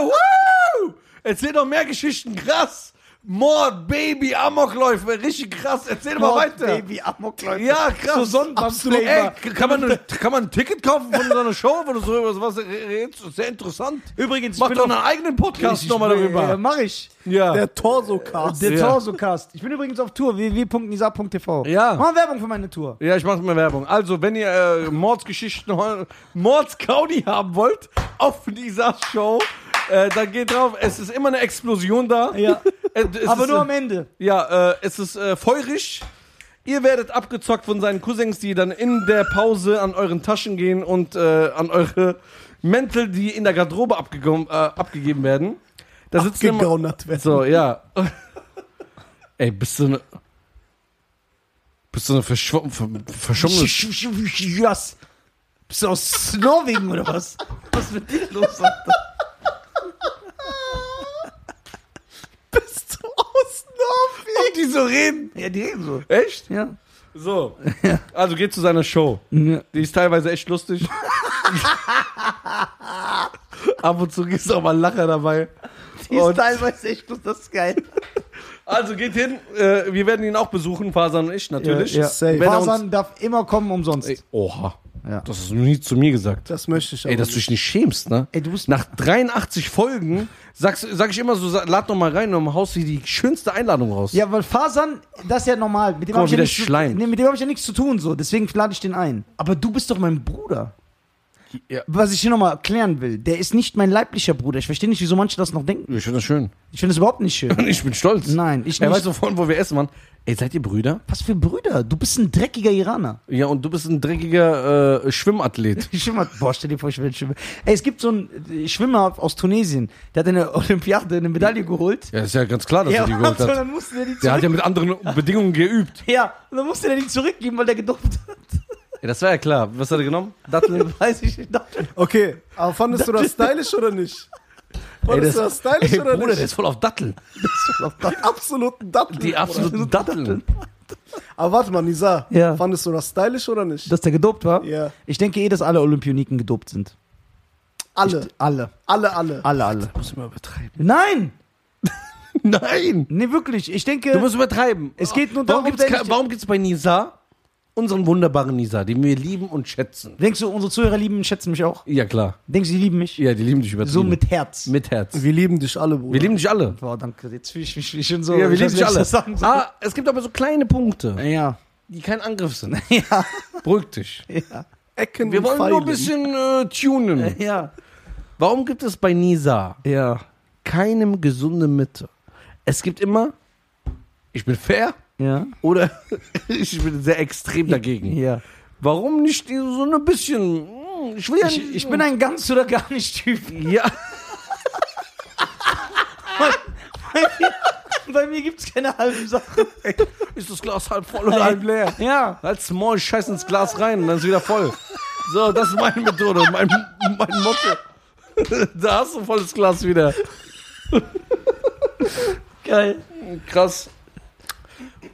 B: wow. Erzähl doch mehr Geschichten. Krass. Mord, Baby, Amokläufe. Richtig krass. Erzähl mal weiter.
A: Amokläufer.
B: Ja, krass. So
C: Absolut
B: Ey,
C: wahr.
B: kann man, ein- kann man ein Ticket kaufen von so einer Show, wo du so über sowas redest? Das ist Sehr interessant.
A: Übrigens,
B: Mach doch einen eigenen Podcast nochmal
A: Ja,
B: darüber.
A: mach ich.
B: Ja.
C: Der Torso-Cast.
A: Der
B: Ja.
A: Torso-Cast. Ich bin übrigens auf Tour, www.nisa.tv.
B: Ja.
A: Mach mal Werbung für meine Tour.
B: Ja, ich mache mal Werbung. Also, wenn ihr äh, Mordsgeschichten, heu- Mordskaudi haben wollt, auf dieser Show, äh, dann geht drauf. Es ist immer eine Explosion da.
A: Ja.
B: Äh, es
A: Aber
B: ist,
A: nur
B: äh,
A: am Ende.
B: Ja, äh, es ist äh, feurig. Ihr werdet abgezockt von seinen Cousins, die dann in der Pause an euren Taschen gehen und äh, an eure Mäntel, die in der Garderobe abgegeben, äh, abgegeben werden. Da sitzt immer,
C: Abgegaunert werden.
B: So, ja. Ey, bist du eine. Bist du ne eine verschw ver verschwommene.
A: Was? Bist du aus Norwegen oder was? Was mit dir los? Alter?
C: Bist du aus Norwegen?
B: die so reden.
A: Ja, die reden so.
B: Echt?
A: Ja.
B: So. Also geht zu seiner Show. Die ist teilweise echt lustig. Ab und zu gibt's auch mal Lacher dabei.
A: Die
B: Und-
A: ist teilweise echt bloß das ist geil.
B: Also geht hin. Äh, wir werden ihn auch besuchen, Fasan und ich natürlich.
A: Ja, ja.
C: safe.
B: Wenn er uns-
A: Fasern darf immer kommen umsonst.
B: Ey, oha.
A: Ja.
B: Das hast du nie zu mir gesagt.
C: Das möchte ich aber
B: Ey, dass du dich nicht schämst, ne?
A: Ey, du bist-
B: Nach 83 Folgen sagst, sag ich immer so, sag, lad doch mal rein und haust dir die schönste Einladung raus.
A: Ja, weil Fasern, das ist ja normal. Mit dem
B: Guck mal,
A: habe ich,
B: wie
A: ja
B: der
A: nichts zu-
B: schleimt.
A: nee, mit dem hab ich ja nichts zu tun, so. Deswegen lade ich den ein. Aber du bist doch mein Bruder.
B: Ja.
A: Was ich hier nochmal erklären will, der ist nicht mein leiblicher Bruder. Ich verstehe nicht, wieso manche das noch denken.
B: Ich finde das schön.
A: Ich finde das überhaupt nicht schön.
B: Ich bin stolz.
A: Nein, ich
B: Ey,
A: nicht.
B: weißt du, vorhin, wo wir essen waren? Ey, seid ihr Brüder?
A: Was für Brüder? Du bist ein dreckiger Iraner.
B: Ja, und du bist ein dreckiger äh, Schwimmathlet.
A: Schwimmer, boah, stell dir vor, ich will schwimmen. Ey, es gibt so einen äh, Schwimmer aus Tunesien, der hat in der Olympiade eine Medaille geholt.
B: Ja, ist ja ganz klar, dass er die geholt
A: und
B: hat.
A: dann musste der die
B: Der hat
A: zurück.
B: ja mit anderen Bedingungen geübt.
A: Ja, und dann musste der die zurückgeben, weil der gedopt hat.
B: Ja, das war ja klar. Was hat er genommen? Datteln?
A: Weiß ich nicht. Datteln.
C: Okay, aber fandest du das stylisch oder nicht? Fandest du das stylisch
B: ey,
C: oder
B: Bruder, der
C: nicht?
B: ist voll auf Datteln.
C: Die absoluten Datteln.
B: Die
C: Bruder.
B: absoluten Datteln.
C: Aber warte mal, Nisa.
A: Ja.
C: Fandest du das stylisch oder nicht?
A: Dass der gedopt war?
C: Ja.
A: Ich denke eh, dass alle Olympioniken gedopt sind.
C: alle,
A: Alle.
C: alle, alle.
A: Alle, alle.
B: Muss immer übertreiben.
A: Nein!
B: Nein!
A: Nee, wirklich. Ich denke.
B: Du musst übertreiben.
A: Es geht nur
B: warum
A: darum,
B: gibt's,
A: wenn
B: ke-
A: ich-
B: Warum gibt es bei Nisa unseren wunderbaren Nisa, den wir lieben und schätzen?
A: denkst du, unsere Zuhörer lieben mich, schätzen mich auch?
B: Ja, klar.
A: Denkst du, die lieben mich?
B: Ja, die lieben dich übertrieben.
A: so mit Herz.
B: mit Herz.
C: Wir lieben dich alle, Bruder.
B: Wir lieben dich alle.
A: Boah, danke. Jetzt fühle ich mich wie schon so.
B: Ja, wir
A: ich
B: lieben
A: weiß
B: dich
A: nicht,
B: alle.
A: was ich sagen soll.
B: Ah, es gibt aber so kleine Punkte,
A: Ja.
B: die kein Angriff sind.
A: Ja.
B: Beruhig dich.
A: Ja.
C: Ecken
B: Wir
C: und
B: wollen nur ein
C: Pfeile.
B: bisschen äh, tunen.
A: Ja.
B: Warum gibt es bei Nisa
A: Ja.
B: keinem gesunde Mitte? Es gibt immer, ich bin fair
A: Ja.
B: oder ich bin sehr extrem dagegen.
A: Ja.
B: Warum nicht die- so ein bisschen? hm, Ich will ja
A: Ich,
B: nicht-
A: ich bin ein ganz oder gar nicht Typ.
B: ja.
A: Bei mir gibt's keine halben Sachen.
B: Ist das Glas halb voll oder halb leer?
A: Ja.
B: Halt's Maul, scheiß ins Glas rein und dann ist wieder voll. So, das ist meine Methode, mein, mein Motto. Da hast du ein volles Glas wieder.
A: Geil.
B: Krass.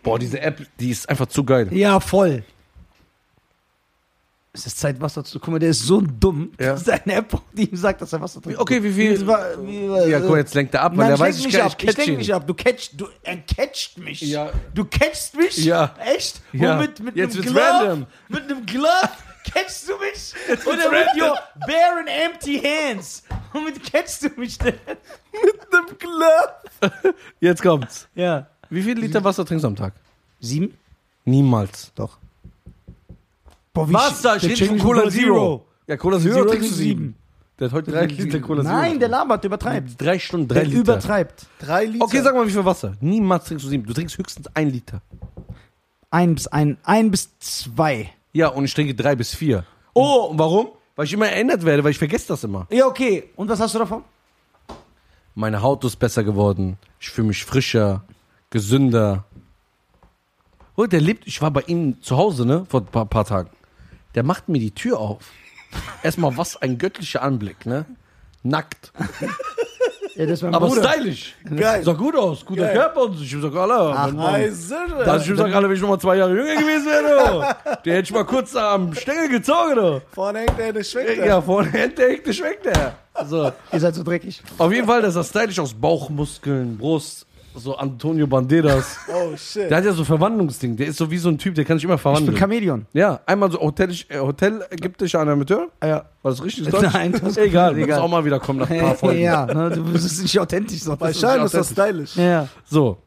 B: Boah, diese App, die ist einfach zu geil.
A: Ja, voll. Es ist Zeit, Wasser zu. Guck mal, der ist so dumm.
B: Ja.
A: Das ist eine App, die ihm sagt, dass er Wasser trinkt.
B: Okay, wie viel-
A: Wie war, wie war,
B: Ja, guck, jetzt lenkt er ab, weil
A: Nein,
B: er
A: ich
B: weiß,
A: lenk
B: ich
A: mich
B: kann-
A: ab.
B: ich
A: Ich
B: catch
A: lenk
B: ihn.
A: mich ab. Du catch, du, er catcht mich.
B: Ja.
A: Du catchst mich?
B: Ja.
A: Echt?
B: Ja.
A: Und mit, mit
B: Jetzt
A: einem
B: wird's
A: Glove,
B: random.
A: Mit einem Glove catchst du mich?
B: wird's
A: Oder mit
B: random.
A: your bare and empty hands? Womit catchst du mich denn?
B: Dem Glöff. Jetzt kommt's.
A: Ja.
B: Wie viel Liter Wasser trinkst du am Tag?
A: Sieben?
B: Niemals.
A: Doch. Boah, wie der
B: Wasser, ich rede
A: checkt
B: von
A: schon
B: Cola Zero. Ja, Cola Zero trinkst du sieben. Der hat heute drei Liter Cola Zero.
A: Nein, der labert, der übertreibt.
B: Drei Stunden, drei
A: Der
B: Liter.
A: übertreibt.
C: Drei Liter.
B: Okay, sag mal, wie viel Wasser? Niemals trinkst du sieben. Du trinkst höchstens ein Liter.
A: Ein bis, ein, ein bis zwei.
B: Ja, und ich trinke drei bis vier. Oh, und warum? Weil ich immer erinnert werde, weil ich vergesse das immer.
A: Ja, okay. Und was hast du davon?
B: Meine Haut ist besser geworden. Ich fühle mich frischer, gesünder. Oh, der lebt. Ich war bei ihm zu Hause, ne? Vor ein paar, paar Tagen. Der macht mir die Tür auf. Erstmal, was ein göttlicher Anblick, ne? Nackt.
A: Ja, das ist mein
B: Aber
A: Bruder.
B: stylisch.
C: Geil.
B: Sah gut aus. Guter
C: Geil.
B: Körper und so. Ich sag, Alter. Mann, Mann.
C: Eisen.
B: Das also ich sag, Alter, wenn ich noch mal zwei Jahre jünger gewesen wäre, du. Der hätte ich mal kurz am Stängel gezogen, du.
C: Vorne hängt er eine Schwecke.
B: Ja, vorne hängt der, hinten schmeckt der. So.
A: Ihr seid so dreckig.
B: Auf jeden Fall, das sah stylisch aus. Bauchmuskeln, Brust, so Antonio Banderas.
C: Oh shit.
B: Der hat ja so Verwandlungsding. Der ist so wie so ein Typ, der kann sich immer
A: Ich bin
B: verwandeln.
A: Chamäleon.
B: Ja, einmal so Hotel, äh, Hotel ägyptischer Animateur.
A: Ja.
B: War das richtig deutsch?
A: Nein, das
B: Ah, Egal, muss
A: egal.
B: auch mal wieder kommen nach ein paar Folgen.
A: Ja, ne, du bist nicht authentisch. So.
C: Bei Schein ist das
B: authentisch.
C: stylisch.
A: Ja.
B: So.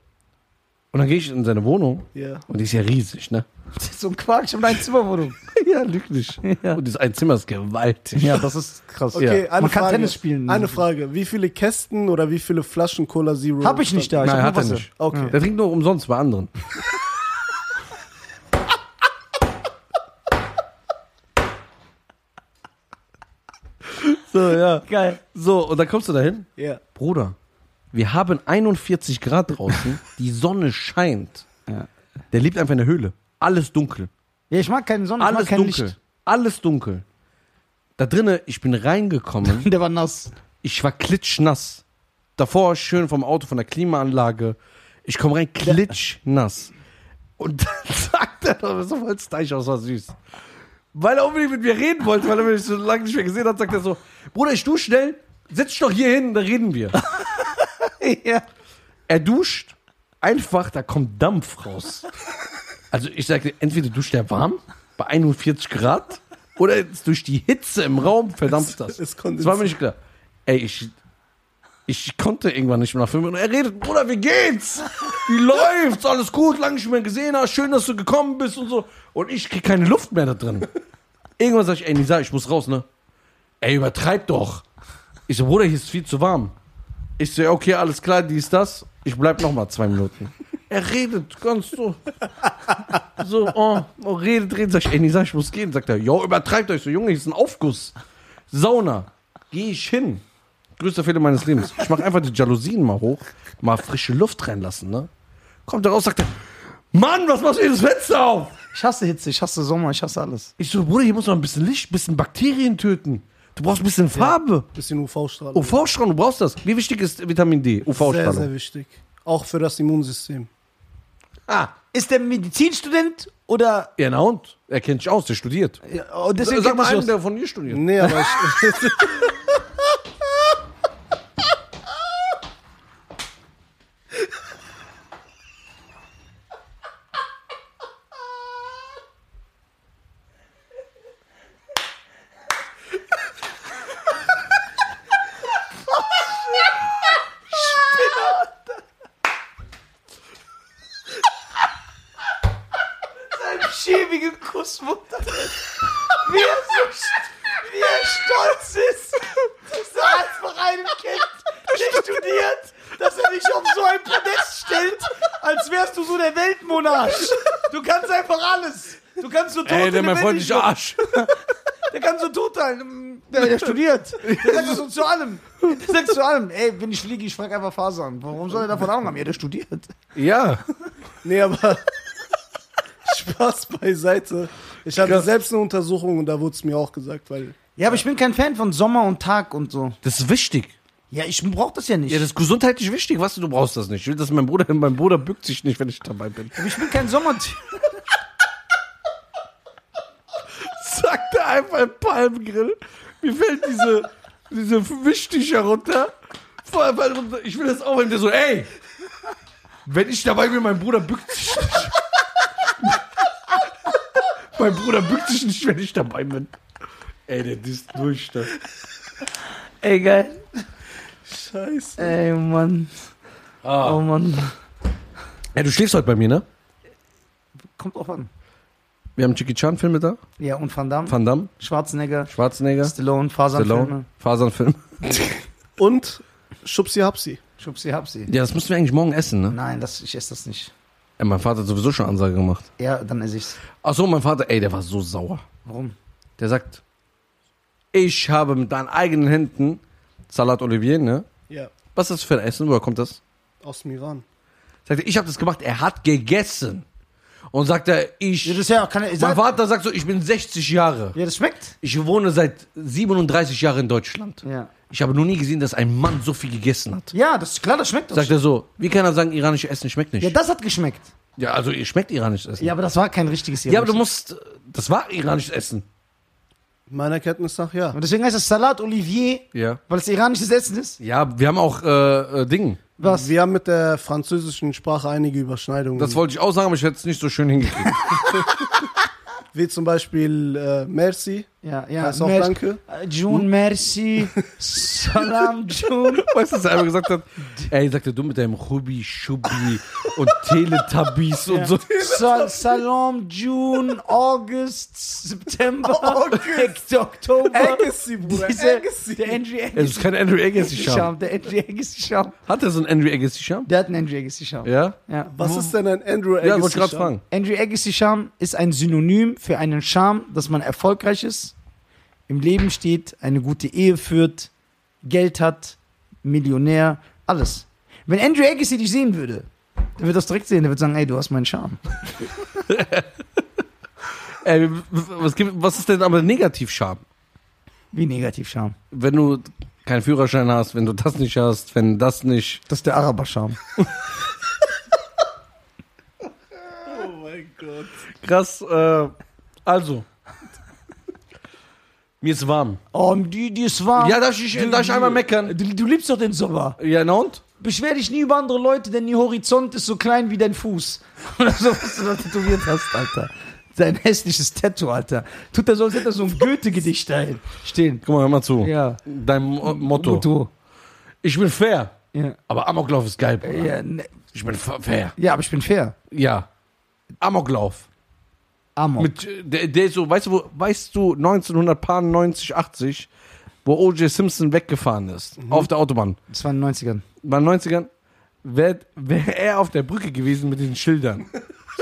B: Und dann gehe ich in seine Wohnung
C: Ja.
B: und die ist ja riesig, ne?
A: Das ist so ein Quark, ich habe eine Zimmerwohnung.
B: Ja, lüglich.
A: Ja.
B: Und das Einzimmer ist gewaltig.
A: Ja, das ist krass.
C: Okay,
B: Ja.
C: eine
A: Man kann
C: Frage.
A: Tennis spielen.
C: Eine Frage. Wie viele Kästen oder wie viele Flaschen Cola Zero?
A: Hab ich nicht da. Ich
B: Nein,
A: hab
B: hat
A: nur
B: er
A: Wasser.
B: nicht.
C: Okay.
B: Der trinkt nur umsonst bei anderen. so, ja.
A: Geil.
B: So, und dann kommst du dahin.
C: Ja.
B: Bruder, wir haben 41 Grad draußen, die Sonne scheint.
A: Ja.
B: Der lebt einfach in der Höhle. Alles dunkel.
A: Ja, ich mag keine Sonne, ich
B: Alles
A: mag kein
B: dunkel. Alles dunkel. Da drinnen, ich bin reingekommen.
A: Licht. Der war nass.
B: Ich war klitschnass. Davor schön vom Auto, von der Klimaanlage. Ich komme rein, klitschnass. Und dann sagt er, das so voll steich aus, war süß. Weil er unbedingt mit mir reden wollte, weil er mich so lange nicht mehr gesehen hat, sagt er so, Bruder, ich dusche schnell, setz dich doch hier hin, dann reden wir.
A: ja.
B: Er duscht, einfach, da kommt Dampf raus. Also ich sagte, entweder duscht er warm, bei 41 Grad, oder jetzt durch die Hitze im Raum verdampft das.
C: Es
B: Das war mir
C: kondensiert.
B: nicht klar. Ey, ich, ich konnte irgendwann nicht mehr nach fünf Minuten. Er redet, Bruder, wie geht's? Wie läuft's? Alles gut, lange nicht mehr gesehen hast, schön, dass du gekommen bist und so. Und ich krieg keine Luft mehr da drin. Irgendwann sag ich, ey, Nisa, ich muss raus, ne? Ey, übertreib doch. Ich so, Bruder, hier ist viel zu warm. Ich so, ja, okay, alles klar, dies, das. Ich bleib nochmal zwei Minuten. Er redet ganz so. So, oh, oh redet, redet. Sag ich, ey, Nisa, ich muss gehen. Sagt er, jo, übertreibt euch so, Junge, hier ist ein Aufguss. Sauna. Gehe ich hin. Größter Fehler meines Lebens. Ich mache einfach die Jalousien mal hoch, mal frische Luft reinlassen, ne? Kommt er raus, sagt er, Mann, was machst du hier das Fenster auf?
A: Ich hasse Hitze, ich hasse Sommer, ich hasse alles.
B: Ich so, Bruder, hier muss noch ein bisschen Licht, ein bisschen Bakterien töten. Du brauchst ein bisschen Farbe.
C: Bisschen UV-Strahlung.
B: UV-Strahlung, du brauchst das. Wie wichtig ist Vitamin D?
C: Sehr, sehr
B: UV-Strahlung.
C: wichtig. Auch für das Immunsystem.
B: Ah,
A: Ist der Medizinstudent oder.
B: ja, na und? Er kennt sich aus, der studiert.
A: Ja, oh, deswegen
B: Sag
A: kennt
B: mal Hm.
A: er sich
B: einen,
A: aus.
B: der von dir studiert.
C: Nee, aber ich.
A: schäbige Kussmutter. Wie er so st- wie er stolz ist, dass er als von einem Kind nicht studiert, dass er dich auf so ein Podest stellt, als wärst du so der Weltmonarch. Du kannst einfach alles. Du kannst so tot
B: Ey, der mein
A: freundlich
B: freundlicher Arsch.
A: Der kann so tot sein. Der, der studiert. Der sagt das so zu allem. Der sagt zu allem. Ey, wenn ich fliege, ich frage einfach Fasern. Warum soll er davon Ahnung haben? Ja, der studiert.
B: Ja.
C: Nee, aber. Spaß beiseite. Ich hatte selbst eine Untersuchung und da wurde es mir auch gesagt, weil.
A: Ja, aber ich bin kein Fan von Sommer und Tag und so.
B: Das ist wichtig.
A: Ja, ich brauche das ja nicht.
B: Ja, das ist gesundheitlich wichtig. Was du brauchst das nicht. Ich will, dass mein Bruder, mein Bruder bückt sich nicht, wenn ich dabei bin.
A: ich bin kein Sommertyp.
B: sagt er einfach im Palmengrill. Mir fällt diese, diese Wischtücher runter. Voll einfach runter. Ich will das auch, wenn der so, ey, wenn ich dabei bin, mein Bruder bückt sich nicht. mein Bruder bückt sich nicht, wenn ich dabei bin. Ey, der ist durch, ne? das.
A: Ey, geil.
C: Scheiße.
A: Ey, Mann.
B: Ah.
A: Oh, Mann.
B: Ja, du schläfst heute bei mir, ne?
A: Kommt drauf an.
B: Wir haben Jackie Chan Filme da,
A: Ja, und Van Damme,
B: Van Damme,
A: Schwarzenegger,
B: Schwarzenegger,
A: Stallone, Fasanfilme.
B: Stallone, Fasernfilm.
C: Und Schubsi Hapsi.
A: Schubsi, Hapsi.
B: Ja, das müssen wir eigentlich morgen essen, ne?
A: Nein, das, ich esse das nicht.
B: Ey, mein Vater hat sowieso schon Ansage gemacht.
A: Ja, dann esse ich's.
B: Ach so, mein Vater, ey, der war so sauer.
A: Warum?
B: Der sagt, ich habe mit deinen eigenen Händen Salat Olivier, ne?
C: Ja.
B: Was ist das für ein Essen? Woher kommt das?
C: Aus dem Iran.
B: Sagt er, ich habe das gemacht. Er hat gegessen. Und sagt er, ich...
A: Ja, das, ja, kann, ich
B: mein
A: sag,
B: Vater sagt so, ich bin 60 Jahre.
A: ja, das schmeckt.
B: Ich wohne seit 37 Jahren in Deutschland.
A: Ja.
B: Ich habe noch nie gesehen, dass ein Mann so viel gegessen hat.
A: ja, das klar, das schmeckt. doch.
B: Sagt er so, wie kann er sagen, iranisches Essen schmeckt nicht?
A: ja,
B: Ja,
A: das hat geschmeckt.
B: also ihr schmeckt iranisches Essen.
A: Ja, aber das war kein richtiges
B: Ja, aber du musst, das war iranisches Essen.
C: Meiner Kenntnis nach ja.
A: Und deswegen heißt das Salat Olivier,
B: Ja.
A: weil es iranisches Essen ist.
B: Ja, wir haben auch äh, äh, Ding.
A: Was?
C: Wir haben mit der französischen Sprache einige Überschneidungen.
B: Das wollte ich auch sagen, aber ich hätte es nicht so schön hingekriegt.
C: Wie zum Beispiel äh, Merci.
A: Ja, ja.
C: Heißt auch
A: Mer-
C: Danke.
A: Äh, June, merci. Salam, June.
B: weißt du, was er einmal gesagt hat? Ey, sagte du mit deinem Rubi, Schubi und Teletubbies und so.
A: Sal Salam, June, August, September, August. Oktober.
C: Agassi, Bruder.
A: Diese,
C: Agassi.
A: der Andrew
B: Es ist
A: Agassi
B: kein Andrew Agassi-Charme.
A: Charme. Der Andrew Agassi Charme.
B: Hat er so einen Andrew Agassi-Charme?
A: Der hat einen Andrew Agassi Charme.
B: Ja?
A: Ja.
C: Was ist denn ein Andrew Agassi?
B: Ja, wollte ich gerade fragen.
A: Andrew Agassi Charme ist ein Synonym für einen Charme, dass man erfolgreich ist, im Leben steht, eine gute Ehe führt, Geld hat, Millionär, alles. Wenn Andrew Agassi dich sehen würde, der wird das direkt sehen, der wird sagen, ey, du hast meinen Charme.
B: Ey, was, gibt, was ist denn aber Negativ-Charme?
A: Wie negativ Charme.
B: Wenn du keinen Führerschein hast, wenn du das nicht hast, wenn das nicht.
A: Das ist der Araber Charme.
C: Oh mein Gott.
B: Krass, äh, also. Mir ist warm.
A: Oh, die, die ist warm.
B: Ja, darf ich, darf ich einmal meckern?
A: Du, du liebst doch den Sommer.
B: Ja, na und?
A: Beschwer dich nie über andere Leute, denn ihr Horizont ist so klein wie dein Fuß. Oder so, was du da tätowiert hast, Alter. Dein hässliches Tattoo, Alter. Tut er so, als hätte er so ein Goethe-Gedicht dahin stehen.
B: Guck mal, hör mal zu.
A: Ja.
B: Dein Mo Motto.
A: Motto.
B: Ich bin fair,
A: Ja.
B: aber Amoklauf ist geil, Bruder.
A: Ja, ne,
B: Ich bin fa- fair.
A: ja, aber ich bin fair.
B: Ja. Amoklauf.
A: Amok.
B: Mit, äh, der, der ist so, weißt du, wo, weißt du, 1990, 80, wo O.J. Simpson weggefahren ist, auf der Autobahn,
A: das war in den 90ern.
B: bei den 90ern, wäre wär er auf der Brücke gewesen mit den Schildern.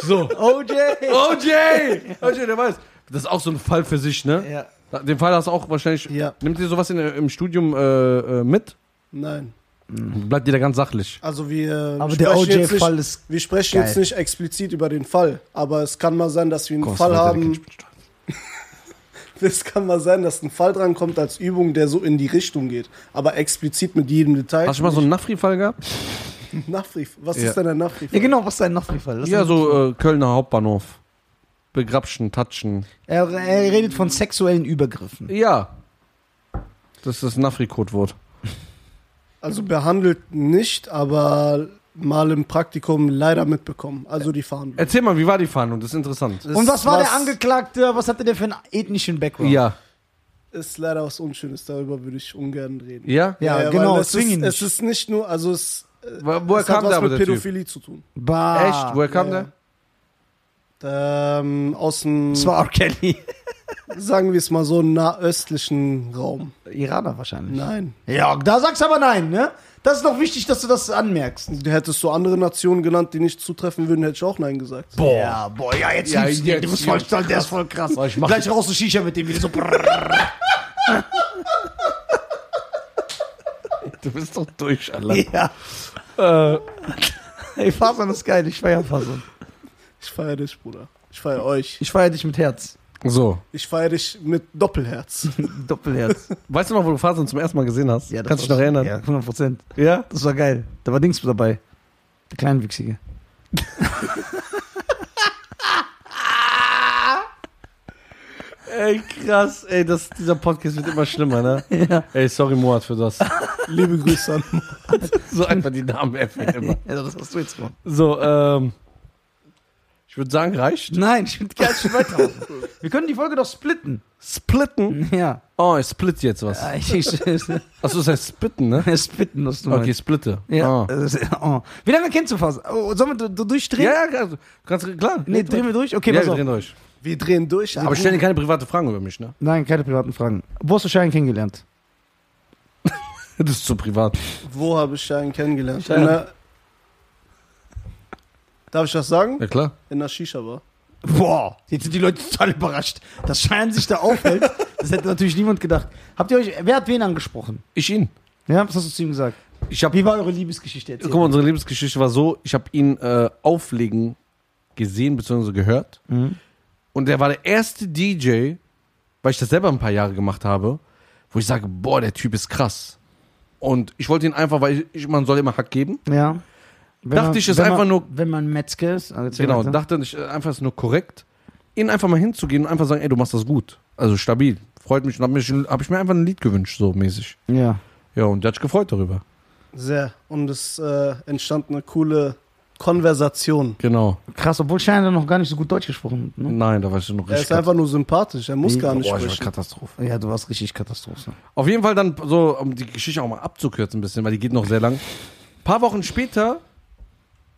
B: So.
A: OJ!
B: OJ! OJ, der weiß. Das ist auch so ein Fall für sich, ne?
A: Ja.
B: Den Fall hast du auch wahrscheinlich.
C: Ja.
B: Nimmt ihr sowas in, im Studium äh, äh, mit?
C: Nein.
B: Bleibt ihr da ganz sachlich?
C: Also wir
A: Aber
C: wir
A: der
C: sprechen jetzt
A: OJ-Fall
C: nicht-
A: ist.
C: Wir sprechen
A: geil.
C: jetzt nicht explizit über den Fall, aber es kann mal sein, dass wir einen
B: Gott,
C: Fall
B: Alter, der
C: haben.
B: Kind spielt Stolz.
C: Es kann mal sein, dass ein Fall drankommt als Übung, der so in die Richtung geht. Aber explizit mit jedem Detail.
B: Hast du schon mal so einen Nafri-Fall gehabt?
C: Nachbrief. Was
B: Ja.
C: ist denn ein Nachbrief?
A: Ja, genau, was ist dein Nachrichtfall? Lass
B: Ja,
A: uns-
B: so äh, Kölner Hauptbahnhof. Begrapschen, Tatschen.
A: Er, er redet von sexuellen Übergriffen.
B: Ja. Das ist das Nafri-Codewort.
C: Also behandelt nicht, aber mal im Praktikum leider mitbekommen. Also die Verhandlung.
B: Erzähl mal, wie war die Fahndung? Das ist interessant.
A: Und was war der
C: Ist
A: Angeklagte? Was hatte der für einen ethnischen Background?
B: Ja.
C: Ist leider was Unschönes, darüber würde ich ungern reden.
B: Ja?
A: Ja,
C: weil
A: genau,
C: Es
A: zwing
C: ist,
A: ihn
C: es
A: nicht.
C: ist nicht nur, also es,
B: Wo- Woher
C: es hat
B: kam
C: was
B: der aber
C: mit
B: der Typ?
C: Pädophilie zu tun.
A: Bah.
B: Echt? Woher kam
C: Ja,
B: der?
C: Ähm, aus dem,
A: Das war R. Kelly.
C: sagen wir es mal so, nahöstlichen Raum.
A: Iraner wahrscheinlich.
C: Nein.
A: Ja, da sagst du aber nein, ne? Das ist doch wichtig, dass du das anmerkst.
C: Hättest du andere Nationen genannt, die nicht zutreffen würden, hätte ich auch nein gesagt.
B: Boah.
A: Ja, boah, ja, jetzt
B: Ja,
A: liebst du den.
B: jetzt-
A: Du bist voll stolz, der ist voll krass.
B: Boah, ich mach-
A: Gleich raus, du Shisha mit dem wieder so. brrrr.
B: Du bist doch durch, Alter. Äh,
A: ja. Ey, Fasan ist geil, ich feier Fasan.
C: Ich feiere dich, Bruder. Ich feiere euch.
A: Ich feier dich mit Herz.
B: So.
C: Ich feiere dich mit Doppelherz.
A: Doppelherz.
B: Weißt du noch, wo du Fasan zum ersten Mal gesehen hast?
A: Ja, das
B: Kannst du dich
A: war-
B: noch erinnern?
A: Ja, 100 Prozent.
B: Ja?
A: Das war geil. Da war Dings dabei. Der Kleinwüchsige.
B: Ey, krass, ey, das, dieser Podcast wird immer schlimmer, ne?
A: Ja.
B: Ey, sorry, Moat, für das.
C: Liebe Grüße an
B: So einfach die Namen erfällt immer.
A: Ja, das hast du jetzt gemacht.
B: So, ähm. Ich würde sagen, reicht.
A: Nein, ich bin gar nicht weiter. Wir können die Folge doch splitten.
B: Splitten.
A: Ja.
B: Oh, ich split jetzt was.
A: Ah, Ich, ich,
B: Achso, das heißt splitten, ne?
A: splitten musst du
B: Okay,
A: meinst.
B: splitte.
A: Ja.
B: Ah.
A: das ist- Oh. Wie lange kennst du Fasan? Oh, sollen wir du- du durchdrehen?
B: Ja, ja, ganz ganz klar.
A: Nee, drehen wir durch? Okay,
B: ja,
A: pass
B: wir
A: auf.
B: drehen durch.
C: Wir drehen durch.
B: Aber stell dir keine private Fragen über mich, ne?
A: Nein, keine privaten Fragen. Wo hast du Schein kennengelernt?
B: Das ist zu privat.
C: Wo habe ich Schein kennengelernt? In der, darf ich das sagen?
B: Ja, klar.
C: In der Shisha-Bar.
A: Boah, jetzt sind die Leute total überrascht, dass Schein sich da aufhält. Das hätte natürlich niemand gedacht. Habt ihr euch, wer hat wen angesprochen?
B: Ich ihn.
A: Ja, was hast du zu ihm gesagt?
B: Ich habe
A: Wie war eure Liebesgeschichte jetzt?
B: Guck mal, unsere Lebensgeschichte war so, ich habe ihn äh, auflegen gesehen bzw. gehört.
A: Mhm.
B: Und er war der erste DJ, weil ich das selber ein paar Jahre gemacht habe, wo ich sage, boah, der Typ ist krass. Und ich wollte ihn einfach, weil ich, man soll immer Hack geben.
A: Ja. Wenn
B: Dachte ich, ist
A: wenn
B: einfach
A: man,
B: nur-
A: Wenn man Metzger ist. also erzähl
B: Genau,
A: weiter.
B: dachte ich, äh, einfach ist nur korrekt, ihn einfach mal hinzugehen und einfach sagen, ey, du machst das gut. Also stabil. Freut mich. Und habe mich, hab ich mir einfach ein Lied gewünscht, so mäßig.
A: Ja.
B: Ja, und der hat sich gefreut darüber.
C: Sehr. Und es äh, entstand eine coole Konversation.
B: Genau.
A: Krass, obwohl Schein dann noch gar nicht so gut Deutsch gesprochen hat. Ne?
B: Nein, da war ich noch
C: Er ist einfach nur sympathisch. Er muss gar nicht
B: Hm. Boah, ich war
C: sprechen.
B: Katastrophe.
A: Ja, du warst richtig Katastrophe.
B: Auf jeden Fall dann so, um die Geschichte auch mal abzukürzen ein bisschen, weil die geht noch sehr lang. paar Wochen später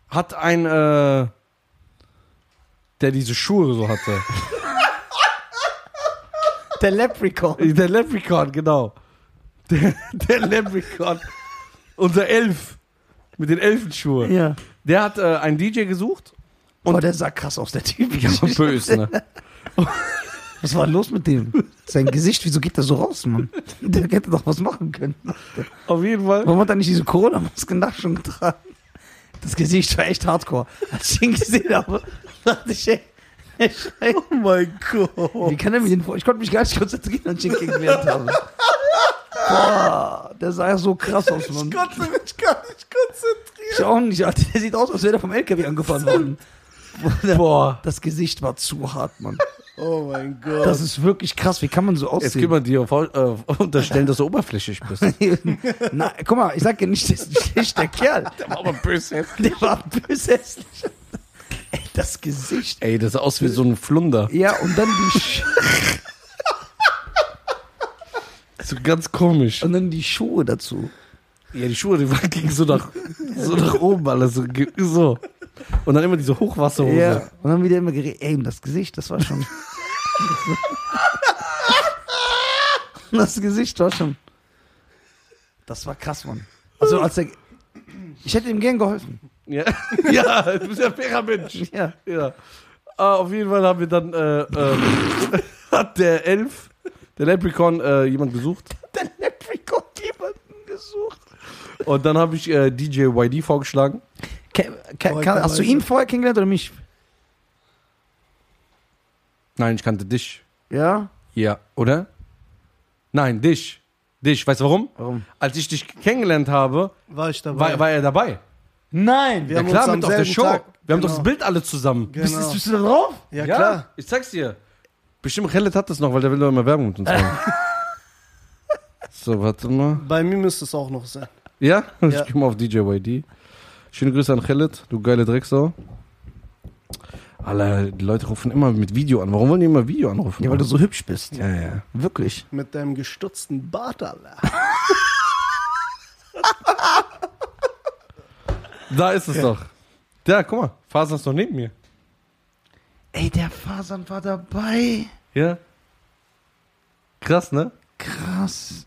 B: hat ein, äh, der diese Schuhe so hatte.
A: Der Leprechaun.
B: der Leprechaun, genau. Der, der Leprechaun. Unser Elf. Mit den Elfenschuhen.
A: Ja.
B: Der hat äh, einen DJ gesucht.
A: Boah, der sah krass aus, der Typ.
B: Böse, ne?
A: Was war los mit dem? Sein Gesicht, wieso geht der so raus, Mann? Der hätte doch was machen können.
B: Auf jeden Fall.
A: Warum hat er nicht diese Corona-Maske nach schon getragen? Das Gesicht war echt hardcore. Als ich ihn gesehen habe, dachte ich, ey, ey, Scheiße.
C: Oh mein Gott.
A: Wie kann er mir den vor? Ich konnte mich gar nicht konzentrieren, als ich ihn kennengelernt habe. Boah, der sah ja so krass aus, Mann.
C: Ich konnte mich gar nicht konzentrieren.
A: Ich auch nicht, Alter. Der sieht aus, als wäre er vom LKW angefahren worden.
B: Boah.
A: Das Gesicht war zu hart, Mann.
C: Oh mein Gott.
A: Das ist wirklich krass. Wie kann man so
B: Jetzt können
A: aussehen?
B: wir dir vor- äh, unterstellen, dass du oberflächlich bist.
A: Na, guck mal, ich sag dir nicht, das ist ein schlechter Kerl.
B: Aber böse.
A: Der war bösesslich. Ey, das Gesicht.
B: Ey, das sah aus wie so ein Flunder.
A: Ja, und dann die, Sch
B: So ganz komisch.
A: und dann die Schuhe dazu.
B: Ja, die Schuhe, die waren- gingen so nach, so nach oben, alles so, ge- so. Und dann immer diese Hochwasserhose.
A: Ja. Und dann wieder immer geredet. Ey, und das Gesicht, das war schon. das Gesicht war schon. Das war krass, Mann. Also, als er. Ich hätte ihm gern geholfen.
B: Ja. ja, du bist ja ein fairer Mensch.
A: Ja.
B: Ja. Ah, auf jeden Fall haben wir dann, äh, äh, hat der Elf, der Leprechaun, äh, jemand gesucht.
A: Der Leprechaun hat jemanden gesucht.
B: Und dann habe ich äh, DJ YD vorgeschlagen.
A: Ke ke kann, hast du ihn vorher kennengelernt oder mich?
B: Nein, ich kannte dich.
A: Ja?
B: Ja, oder? Nein, dich. Dich. Weißt du warum?
A: Warum?
B: Als ich dich kennengelernt habe,
C: War ich dabei.
B: war, war er dabei.
A: Nein!
C: Wir
B: Ja,
C: haben
B: klar,
C: uns am
B: mit auf der
C: selben
B: Show.
C: Tag-
B: Wir haben doch
C: Genau.
B: das Bild alle zusammen.
A: Bist,
C: Genau.
A: bist du da drauf?
C: Ja, klar.
B: Ich zeig's dir. Bestimmt Hellet hat das noch, weil der will doch immer Werbung mit uns machen. so, warte mal.
C: Bei mir müsste es auch noch sein.
B: Ja?
C: Ja.
B: Ich geh mal auf DJ YD. Schöne Grüße an Hellet, du geile Drecksau. Alle die Leute rufen immer mit Video an. Warum wollen die immer Video anrufen?
A: Ja, weil du so hübsch bist.
B: ja, ja.
A: Wirklich.
C: Mit deinem gestutzten Bart, Alter.
B: Da ist es doch. Da, guck mal. Fasan ist noch neben mir.
A: Ey, der Fasan war dabei.
B: Ja. Krass, ne?
A: Krass.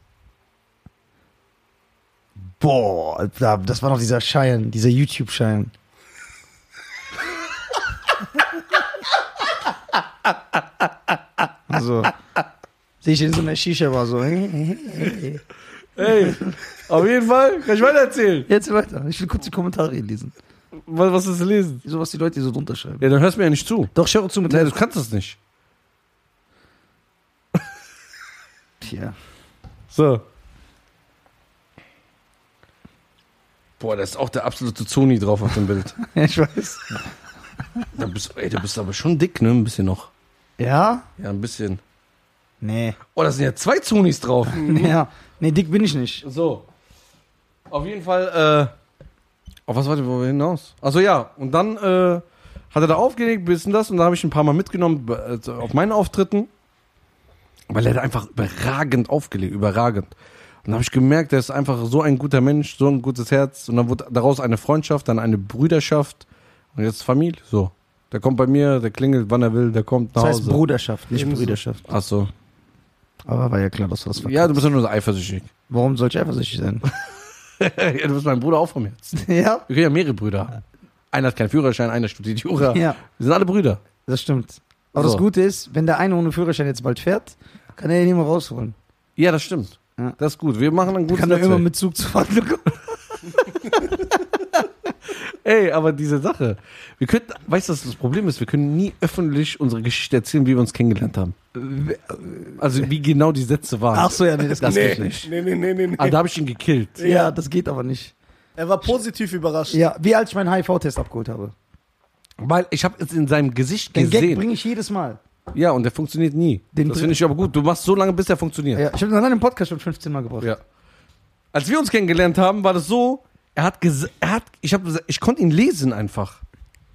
A: Boah, da- das war noch dieser Schein, dieser YouTube-Schein. so. Sehe Also, ich in so einer Shisha war so.
B: Ey, auf jeden Fall. Kann ich weiter erzählen?
A: Jetzt weiter. Ich will kurz die Kommentare hier lesen.
B: Was, was ist zu lesen?
A: So was die Leute hier so drunter schreiben.
B: Ja, dann hörst du mir ja nicht zu.
A: Doch, ich höre zu mit
B: Nee, du kannst das nicht.
A: Tja.
B: So. Boah, da ist auch der absolute Zoni drauf auf dem Bild.
A: Ich weiß.
B: Da bist, ey, du bist aber schon dick, ne? Ein bisschen noch.
A: Ja?
B: Ja, ein bisschen.
A: Nee.
B: Oh, da sind ja zwei Zunis drauf.
A: Ja. Nee, dick bin ich nicht.
B: So. Auf jeden Fall, äh. Auf was wollte wir hinaus? Also ja, und dann äh, hat er da aufgelegt, bisschen das, und da habe ich ein paar Mal mitgenommen be- äh, auf meinen Auftritten. Weil er hat einfach überragend aufgelegt, überragend. Und da habe ich gemerkt, er ist einfach so ein guter Mensch, so ein gutes Herz. Und dann wurde daraus eine Freundschaft, dann eine Brüderschaft und jetzt Familie. So. Der kommt bei mir, der klingelt, wann er will, der kommt nach
A: Das heißt
B: Hause.
A: Bruderschaft, nicht
C: Ebenso.
A: Brüderschaft.
B: Ach so.
A: Aber war ja klar, dass du das
B: Ja, du bist ja nur so eifersüchtig.
A: Warum soll ich eifersüchtig sein?
B: ja, du bist mein Bruder auch vom Herzen.
A: ja.
B: Wir können ja mehrere Brüder. Einer hat keinen Führerschein, einer studiert Jura.
A: Ja,
B: Wir sind alle Brüder.
A: das stimmt. Aber
B: So.
A: das Gute ist, wenn der eine ohne Führerschein jetzt bald fährt, kann er ihn immer rausholen.
B: Ja, das stimmt.
A: Ja.
B: Das ist gut. Wir machen einen guten
A: Kann er immer mit Zug zu fahren kommen.
B: Ey, aber diese Sache. Wir könnten, weißt du, was das Problem ist? Wir können nie öffentlich unsere Geschichte erzählen, wie wir uns kennengelernt haben. Also, wie genau die Sätze waren.
A: Äh, Ach so, ja, nee, das,
B: Das
A: geht
B: geht
A: nicht.
C: Nee, nee, nee, nee. nee.
B: Ah, da habe ich ihn gekillt.
A: Ja, das geht aber nicht.
C: Er war positiv überrascht.
A: Ja, wie als ich meinen HIV-Test abgeholt habe.
B: Weil ich habe es in seinem Gesicht
A: Den Gag
B: gesehen.
A: bringe ich jedes Mal.
B: Ja, und der funktioniert nie.
A: Den
B: das finde ich aber gut. Du machst so lange, bis der funktioniert.
A: Ja, ich habe ihn allein im Podcast schon 15 Mal gebracht.
B: Ja. Als wir uns kennengelernt haben, war das so, er hat, ges- er hat ich, hab, gesagt- ich konnte ihn lesen einfach.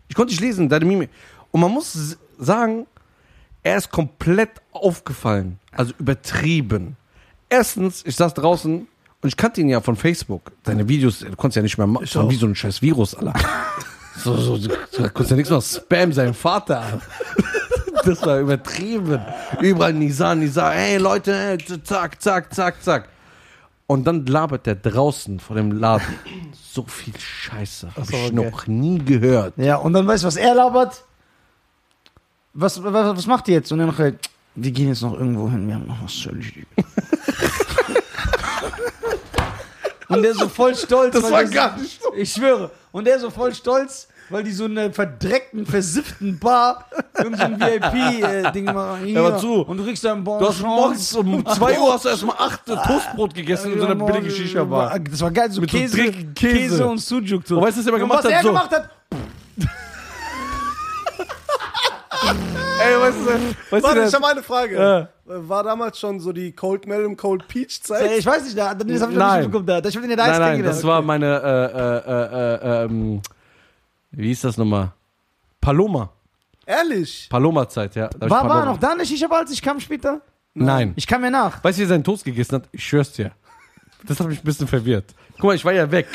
B: Ich konnte dich lesen, deine Mimik. Und man muss s- sagen, er ist komplett aufgefallen, also übertrieben. Erstens, ich saß draußen und ich kannte ihn ja von Facebook. Seine Videos, du konntest ja nicht mehr machen,
C: auch.
B: wie so ein scheiß Virus, Alter. So, so, so, da konntest ja nichts mehr spam seinen Vater an. Das war übertrieben. Überall Nisa, Nisa, hey Leute, hey, zack, zack, zack, zack. Und dann labert der draußen vor dem Laden so viel Scheiße. Hab
A: so,
B: ich
A: okay.
B: noch nie gehört.
A: Ja, und dann weißt du, was er labert? Was, was, was macht ihr jetzt? Und dann noch, halt, wir gehen jetzt noch irgendwo hin, wir haben noch was schön. und der so voll stolz. weil
B: nicht
A: Ich schwöre. Und der so voll stolz, weil die so eine verdreckten, versifften Bar irgend so ein VIP-Ding äh, machen. Hier.
B: aber zu.
A: Und du kriegst da einen Bon
B: Du hast
A: Chance.
B: morgens um 2 Uhr hast du erstmal 8 Toastbrot gegessen in so einer
A: Ah. Ja,
B: billigen
A: Mann,
B: Shisha-Bar.
A: Das war geil, so
B: Mit so
A: Käse,
B: dreckigen
A: Käse.
B: Käse.
A: und Sujuk.
B: Und weißt du, was er immer gemacht
A: was
B: hat?
A: er
B: So.
A: gemacht hat,
B: Ey, weißt du, weißt
C: Warte, ich
B: das?
C: habe eine Frage.
B: Ja.
C: War damals schon so die Cold Melon, Cold Peach Zeit?
A: Äh, ich weiß nicht, da, das habe ich noch
B: Nein.
A: nicht bekommen. Da. Ich habe den ja da
B: Nein, nein,
A: kennengelernt.
B: das war meine, äh, äh, äh, äh, ähm, wie hieß das nochmal? Paloma.
C: Ehrlich?
B: Paloma-Zeit, ja. Da hab ich
A: War, war
B: Paloma-
A: noch da nicht? Ich habe als ich kam später.
B: Nein.
A: Ich kam ja nach.
B: Weißt du, wie er seinen Toast gegessen hat? Ich schwör's dir. Das hat mich ein bisschen verwirrt. Guck mal, ich war ja weg.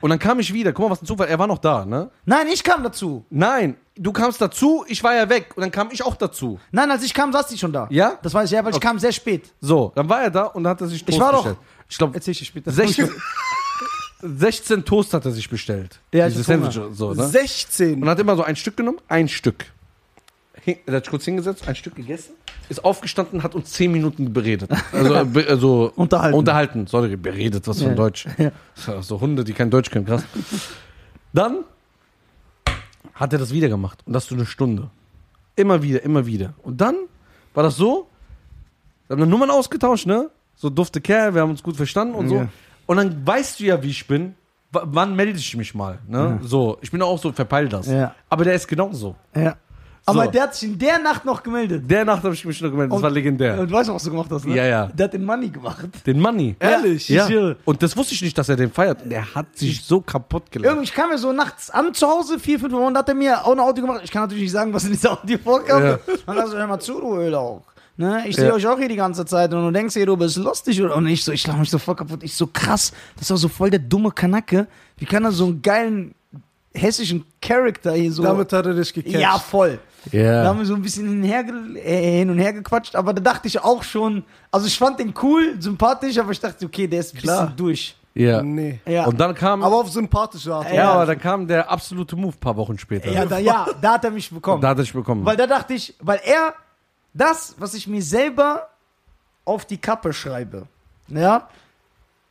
B: Und dann kam ich wieder. Guck mal, was ein Zufall. Er war noch da, ne?
A: Nein, ich kam dazu.
B: Nein, du kamst dazu, ich war ja weg. Und dann kam ich auch dazu.
A: Nein, als ich kam, saß die schon da.
B: Ja?
A: Das weiß ich ja, weil ich kam sehr spät.
B: So, dann war er da und dann hat er sich Toast
A: war doch-
B: bestellt. Ich glaube,
A: Erzähl ich dir später.
B: 16, 16 Toast hat er sich bestellt.
A: Ja, ich
B: Diese
A: hab Hunger.
B: Sandwich und so, ne?
C: 16.
B: Und hat immer so ein Stück genommen, ein Stück. Hin- Er hat sich kurz hingesetzt, ein Stück gegessen, ist aufgestanden, hat uns zehn Minuten beredet. Also, äh, be, also
A: Unterhalten.
B: Unterhalten, sorry, beredet, was für
A: Ja.
B: ein Deutsch.
A: Ja.
B: So, So Hunde, die kein Deutsch können, krass. Dann hat er das wieder gemacht und das so eine Stunde. Immer wieder, immer wieder. Und dann war das so, wir haben dann Nummern ausgetauscht, ne? So dufte Kerl, wir haben uns gut verstanden und
A: Ja.
B: so. Und dann weißt du ja, wie ich bin. W wann melde ich mich mal? Ne? So, ich bin auch so verpeilt das.
A: Ja.
B: Aber der ist genauso.
A: Ja. Aber
B: So.
A: der hat sich in der Nacht noch gemeldet.
B: Der Nacht habe ich mich noch gemeldet, das
A: Und-
B: war legendär.
A: Und weißt du, was du gemacht hast, ne?
B: Ja, ja.
A: Der hat den Money gemacht.
B: Den Money.
C: Ehrlich?
B: Ja.
A: Ich schwöre.
B: Und das wusste ich nicht, dass er den feiert. Und er hat sich so kaputt gelacht.
A: Irgendwie, ich kam ja so nachts an zu Hause, vier, fünf Uhr, und da hat er mir auch ein Audio gemacht. Ich kann natürlich nicht sagen, was in diesem Audio vorkam.
B: Ja.
A: Dann hast du hör mal zu, du Ölaug. Ne? Ich sehe
B: Ja.
A: euch auch hier die ganze Zeit und du denkst hier, du bist lustig oder und ich so, ich lache mich so voll kaputt. Ich so krass, das ist doch so voll der dumme Kanacke. Wie kann er so einen geilen hessischen Charakter hier so.
C: Damit hat er dich gecatcht.
A: ja, voll. Da haben
B: Ja.
A: wir so ein bisschen hin, und her, ge- äh, hin und her gequatscht, aber da dachte ich auch schon, also ich fand den cool, sympathisch, aber ich dachte, okay, der ist ein
C: Klar.
A: bisschen durch.
B: ja.
C: Nee.
A: Ja.
B: Und dann kam,
C: Aber auf sympathische Art. und
B: ja,
A: Ja.
B: aber dann kam der absolute Move ein paar Wochen später.
A: ja, da, ja, da hat er mich bekommen.
B: Da hat er sich bekommen.
A: Weil da dachte ich, weil er das, was ich mir selber auf die Kappe schreibe, ja,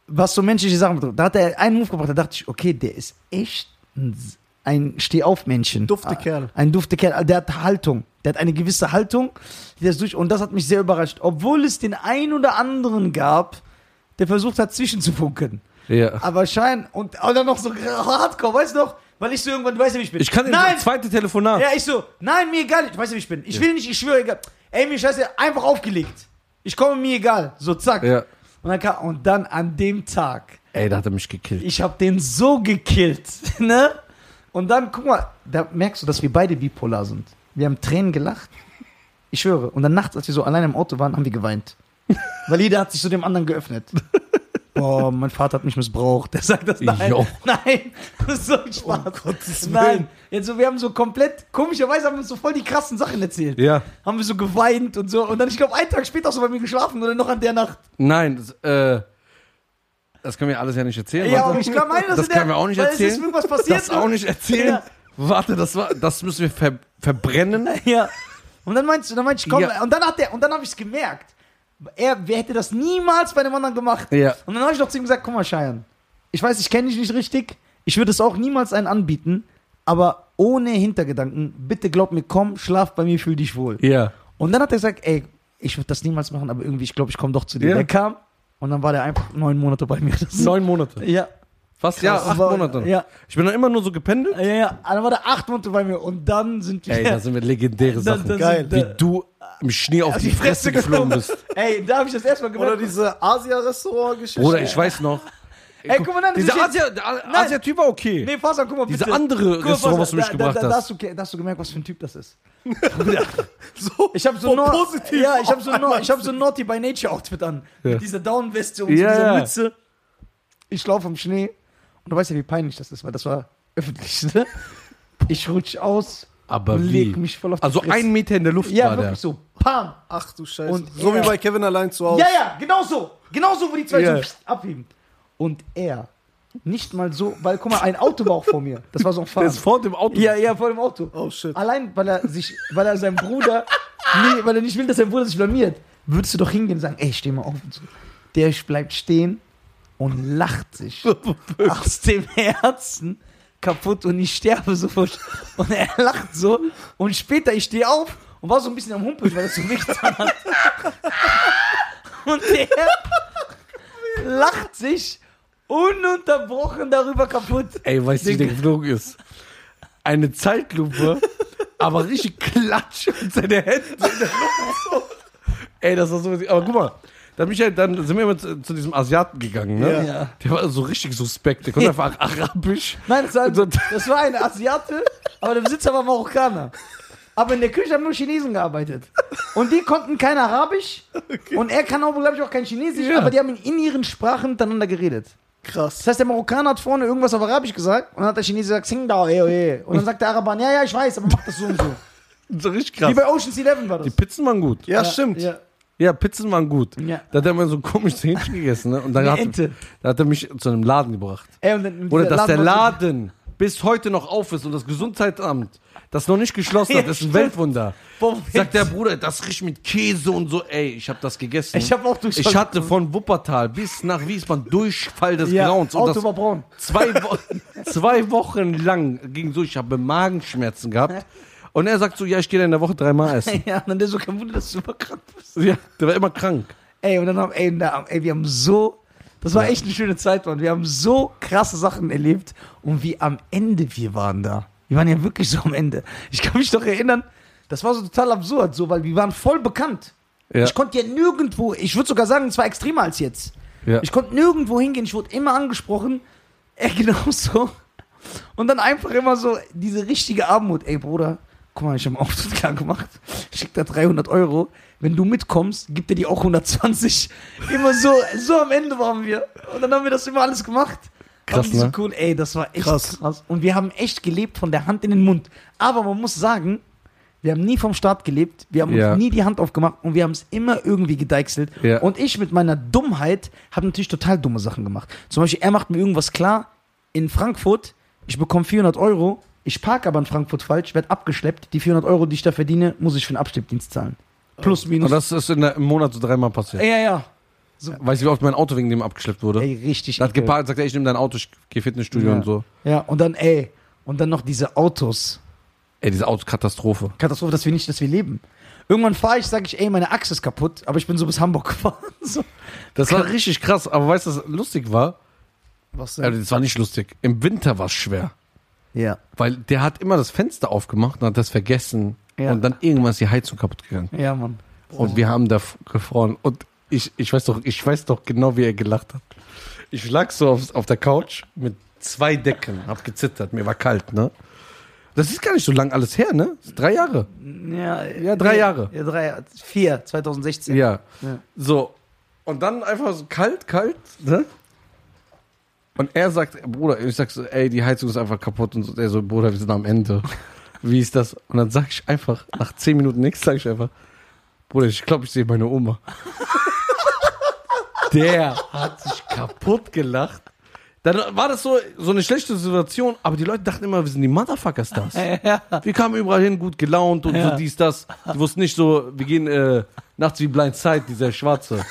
A: was so menschliche Sachen betrifft, da hat er einen Move gebracht, da dachte ich, okay, der ist echt ein, S- ein Stehaufmännchen.
C: Dufte
A: Ah,
C: Kerl.
A: Ein dufte Kerl, der hat Haltung. Der hat eine gewisse Haltung, die das durch, und das hat mich sehr überrascht. Obwohl es den einen oder anderen gab, der versucht hat, zwischenzufunken.
B: ja.
A: Aber schein, und, und dann noch so hardcore, weißt du noch? Weil ich so irgendwann, du weißt ja, wie ich bin.
B: Ich kann in
A: Nein,
B: das zweite Telefonat.
A: ja, ich so, nein, mir egal, ich weiß ja, wie ich bin. Ich will nicht, ich schwöre, egal. Ey, mir scheiße, einfach aufgelegt. Ich komme mir egal. So, zack.
B: Ja.
A: Und, dann kam, und dann an dem Tag,
B: Ey, da hat er mich gekillt.
A: ich habe den so gekillt, ne? Und dann, guck mal, da merkst du, dass wir beide bipolar sind. Wir haben Tränen gelacht. Ich schwöre. Und dann nachts, als wir so allein im Auto waren, haben wir geweint. Weil jeder hat sich zu dem anderen geöffnet. Oh, mein Vater hat mich missbraucht. Der sagt das nein.
B: Jo. Um
A: Nein, das ist so ein Spaß.
C: Gottes
A: nein,
C: Willen.
A: jetzt so, wir haben so komplett, komischerweise haben wir uns so voll die krassen Sachen erzählt.
B: Ja.
A: Haben wir so geweint und so. Und dann, ich glaube, einen Tag später hast du bei mir geschlafen oder noch an der Nacht.
B: Nein, das, äh, das können wir alles ja nicht erzählen.
A: Ja,
B: warte.
A: aber ich kann meine, dass
B: Das
A: in der,
B: können wir auch nicht
A: weil Es ist
B: erzählen.
A: irgendwas passiert.
B: das auch nicht erzählen.
A: Ja.
B: Warte, das war, das müssen wir ver, verbrennen.
A: Ja. Und dann meinst du, dann meinst du, komm,
B: Ja.
A: und dann hat der, und dann habe ich es gemerkt. Er, wer hätte das niemals bei dem anderen gemacht?
B: Ja.
A: Und dann habe ich doch zu ihm gesagt, guck mal, Scheiern. Ich weiß, ich kenne dich nicht richtig. Ich würde es auch niemals einen anbieten, aber ohne Hintergedanken. Bitte glaub mir, komm, schlaf bei mir, fühl dich wohl.
B: Ja.
A: Und dann hat er gesagt, ey, ich würde das niemals machen, aber irgendwie, ich glaube, ich komme doch zu dir.
B: Ja.
A: Der kam und dann war der einfach neun Monate bei mir. Das ist-
B: Neun Monate.
A: Ja.
B: Fast, ja,
A: Krass.
B: acht
A: Aber-
B: Monate.
A: Ja.
B: Ich bin dann immer nur so gependelt.
A: Ja, ja, Und dann war der acht Monate bei mir und dann sind wir.
B: Ey, da sind wir legendäre
A: dann-
B: Sachen.
A: dann
C: Geil.
A: sind-
B: Wie du im Schnee auf
A: auf
B: die Fresse geflogen bist.
A: Ey, da habe ich das erstmal gemerkt.
C: Oder diese Asia-Restaurant-Geschichte.
B: Bruder, ich weiß noch.
A: Ey, guck mal, nein, das
B: dieser
A: ist jetzt-
B: Asia, der A- Asia-Typ war okay.
A: Nee, Fasan, guck mal, bitte.
B: Diese andere
A: Guck mal,
B: Restaurant,
A: Fasan,
B: was du mich
A: da,
B: gebracht
A: da, da,
B: hast.
A: hast. Du, ge- da hast du gemerkt, was für ein Typ das ist.
C: so,
A: Ich habe so,
C: voll
A: Nor-
C: positiv.
A: ja, ich hab so,
C: auf
A: Nor-
C: einmal.
A: ich hab so ein Naughty by Nature Outfit an.
B: Ja.
A: Mit dieser Downweste und
B: Ja,
A: so
B: ja.
A: dieser Mütze. Ich laufe im Schnee. Und du weißt ja, wie peinlich das ist, weil das war öffentlich. Ne? Ich rutsch aus
B: Aber
A: und
B: wie?
A: leg mich voll auf die
B: Also
A: Fresse.
B: ein Meter in der Luft
A: Ja,
B: war der.
A: wirklich so. Pam.
C: Ach du Scheiße.
A: Und
C: so
A: er-
C: wie bei Kevin allein zu Hause.
A: Ja, ja, genau so. Genau so, wo die zwei
B: Ja.
A: so pst, abheben. Und er, nicht mal so, weil, guck mal, ein Auto war auch vor mir. Das war so ein
B: Der
A: Fahrrad.
B: ist vor dem Auto.
A: Ja, ja, vor dem Auto.
C: Oh, shit.
A: Allein, weil er sich, weil er seinem Bruder, nee, weil er nicht will, dass sein Bruder sich blamiert, würdest du doch hingehen und sagen, ey, steh mal auf und so. Der bleibt stehen und lacht sich aus dem Herzen kaputt und ich sterbe sofort. Und er lacht so und später, ich stehe auf und war so ein bisschen am Humpeln, weil er so wehgetan hat. Und der lacht sich ununterbrochen darüber kaputt.
B: Ey, weißt du, wie der geflogen ist? Eine Zeitlupe, aber richtig klatsch und seine Hände in der Luft so. Ey, das war so. Aber guck mal, da bin ich halt, dann sind wir immer zu, zu diesem Asiaten gegangen, ne?
C: Ja.
A: Ja.
B: Der war so richtig suspekt. Der konnte einfach Arabisch.
A: Nein, das war,
B: So-
A: das war ein Asiate, aber der Besitzer war Marokkaner. Aber in der Küche haben nur Chinesen gearbeitet. Und die konnten kein Arabisch und er kann auch, glaube ich, auch kein Chinesisch,
B: Ja.
A: aber die haben in ihren Sprachen miteinander geredet. Das
C: Krass.
A: heißt, der Marokkaner hat vorne irgendwas auf Arabisch gesagt und dann hat der Chinese gesagt, Sing da, eh, oh, eh. Und dann sagt der Araber, ja, ja, ich weiß, aber mach das so und so.
B: So richtig
A: Wie
B: krass.
A: bei Ocean's Eleven war das.
B: Die Pizzen waren gut.
C: Ja, stimmt.
A: Ja.
B: Ja, Pizzen waren gut.
A: Ja.
B: Da hat er immer so ein komisches Hähnchen gegessen, ne? Und dann
A: Eine
B: hat,
A: Ente.
B: da hat er mich zu einem Laden gebracht.
A: Ey, und dann,
B: Oder dass der
A: war so-
B: Laden bis heute noch auf ist und das Gesundheitsamt das noch nicht geschlossen hat,
A: Ja,
B: das ist ein
A: stimmt.
B: Weltwunder.
A: Boah,
B: Sagt der Bruder, das riecht mit Käse und so, ey, ich habe das gegessen.
A: Ich hab auch Durchfall
B: Ich hatte von Wuppertal bis nach Wiesbaden Durchfall des
A: ja,
B: Grauens. Und
A: Auto
B: das
A: war braun.
B: zwei, Wo zwei Wochen lang ging so, ich habe Magenschmerzen gehabt. Und er sagt so, ja, ich gehe in der Woche dreimal essen.
A: Ja, und dann der so, kein Wunder, dass du super krank bist.
B: ja, der war immer krank.
A: Ey, und dann haben, ey, da, ey wir haben so, das war echt eine schöne Zeit, Mann. Wir haben so krasse Sachen erlebt und wie am Ende wir waren da. Wir waren ja wirklich so am Ende. Ich kann mich doch erinnern, das war so total absurd, so, weil wir waren voll bekannt.
B: Ja.
A: Ich konnte ja nirgendwo, ich würde sogar sagen, es war extremer als jetzt.
B: Ja.
A: Ich konnte nirgendwo hingehen, ich wurde immer angesprochen. Ey, genau so. Und dann einfach immer so diese richtige Armut. Ey, Bruder, guck mal, ich habe einen Auftritt klar gemacht. Schick da 300 Euro. Wenn du mitkommst, gibt er dir auch 120. Immer so, so am Ende waren wir. Und dann haben wir das immer alles gemacht.
B: Krass,
A: Aber die so
B: ne?
A: cool, ey, das war echt krass.
C: Krass.
A: Und wir haben echt gelebt von der Hand in den Mund. Aber man muss sagen, wir haben nie vom Staat gelebt, wir haben
B: Ja.
A: uns nie die Hand aufgemacht und wir haben es immer irgendwie gedeichselt.
B: Ja.
A: Und ich mit meiner Dummheit habe natürlich total dumme Sachen gemacht. Zum Beispiel, er macht mir irgendwas klar in Frankfurt, ich bekomme 400 Euro, ich parke aber in Frankfurt falsch, werde abgeschleppt, die 400 Euro, die ich da verdiene, muss ich für den Abschleppdienst zahlen. Plus,
B: Und
A: minus.
B: das ist in der, im Monat so dreimal passiert.
A: Ja, ja.
B: Weißt du, wie oft mein Auto wegen dem abgeschleppt wurde?
A: Ey, richtig.
B: Er hat
A: ekelhaft.
B: geparkt, sagt er, ich nehme dein Auto, ich gehe Fitnessstudio
A: Ja.
B: und so.
A: Ja, und dann, ey, und dann noch diese Autos.
B: Ey, diese Autokatastrophe.
A: Katastrophe, dass wir nicht, dass wir leben. Irgendwann fahre ich, sage ich, ey, meine Achse ist kaputt, aber ich bin so bis Hamburg gefahren. So.
B: Das war richtig krass, aber weißt du, was lustig war?
C: Was denn?
B: Also, das war nicht lustig. Im Winter war es schwer,
A: Ja.
B: weil der hat immer das Fenster aufgemacht und hat das vergessen.
A: Ja.
B: Und dann irgendwann ist die Heizung kaputt gegangen.
A: Ja, Mann.
B: Und wir haben da f- gefroren. Und ich, ich, weiß doch, ich weiß doch genau, wie er gelacht hat. Ich lag so auf, auf der Couch mit zwei Decken, hab gezittert, mir war kalt, ne? Das ist gar nicht so lang alles her, ne? Das ist drei Jahre.
A: Ja,
B: Ja, drei Jahre.
A: Ja, drei, vier, 2016.
B: Ja.
A: Ja.
B: So. Und dann einfach so kalt, kalt, ne? Und er sagt, Bruder, ich sag so, ey, die Heizung ist einfach kaputt und so. Der so, Bruder, wir sind am Ende. Wie ist das? Und dann sag ich einfach, nach zehn Minuten nichts, sag ich einfach, Bruder, ich glaube, ich sehe meine Oma. Der hat sich kaputt gelacht. Dann war das so, so eine schlechte Situation, aber die Leute dachten immer, wir sind die Motherfucker-Stars. Wir kamen überall hin, gut gelaunt und so dies, das. Die wussten nicht so, wir gehen äh, nachts wie Blind Side, dieser Schwarze.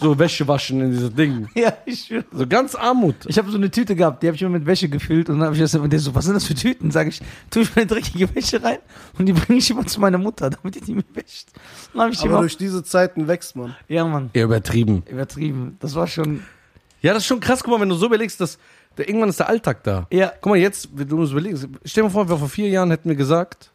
B: So Wäsche waschen in dieses Ding.
A: Ja, ich schwöre.
B: So ganz Armut.
A: Ich habe so eine Tüte gehabt, die habe ich immer mit Wäsche gefüllt und dann habe ich das und der so, was sind das für Tüten? Sage ich, tue ich meine dreckige Wäsche rein und die bringe ich immer zu meiner Mutter, damit die die mir wäscht. Dann habe ich die
C: Aber
A: immer,
C: durch diese Zeiten wächst man.
A: ja Mann,
B: Ja, übertrieben.
A: übertrieben. Das war schon,
B: Ja, das ist schon krass. Guck mal, wenn du so überlegst, dass der, irgendwann ist der Alltag da.
A: ja,
B: Guck mal, jetzt, wenn du uns überlegst, stell dir mal vor, wir vor vier Jahren hätten wir gesagt,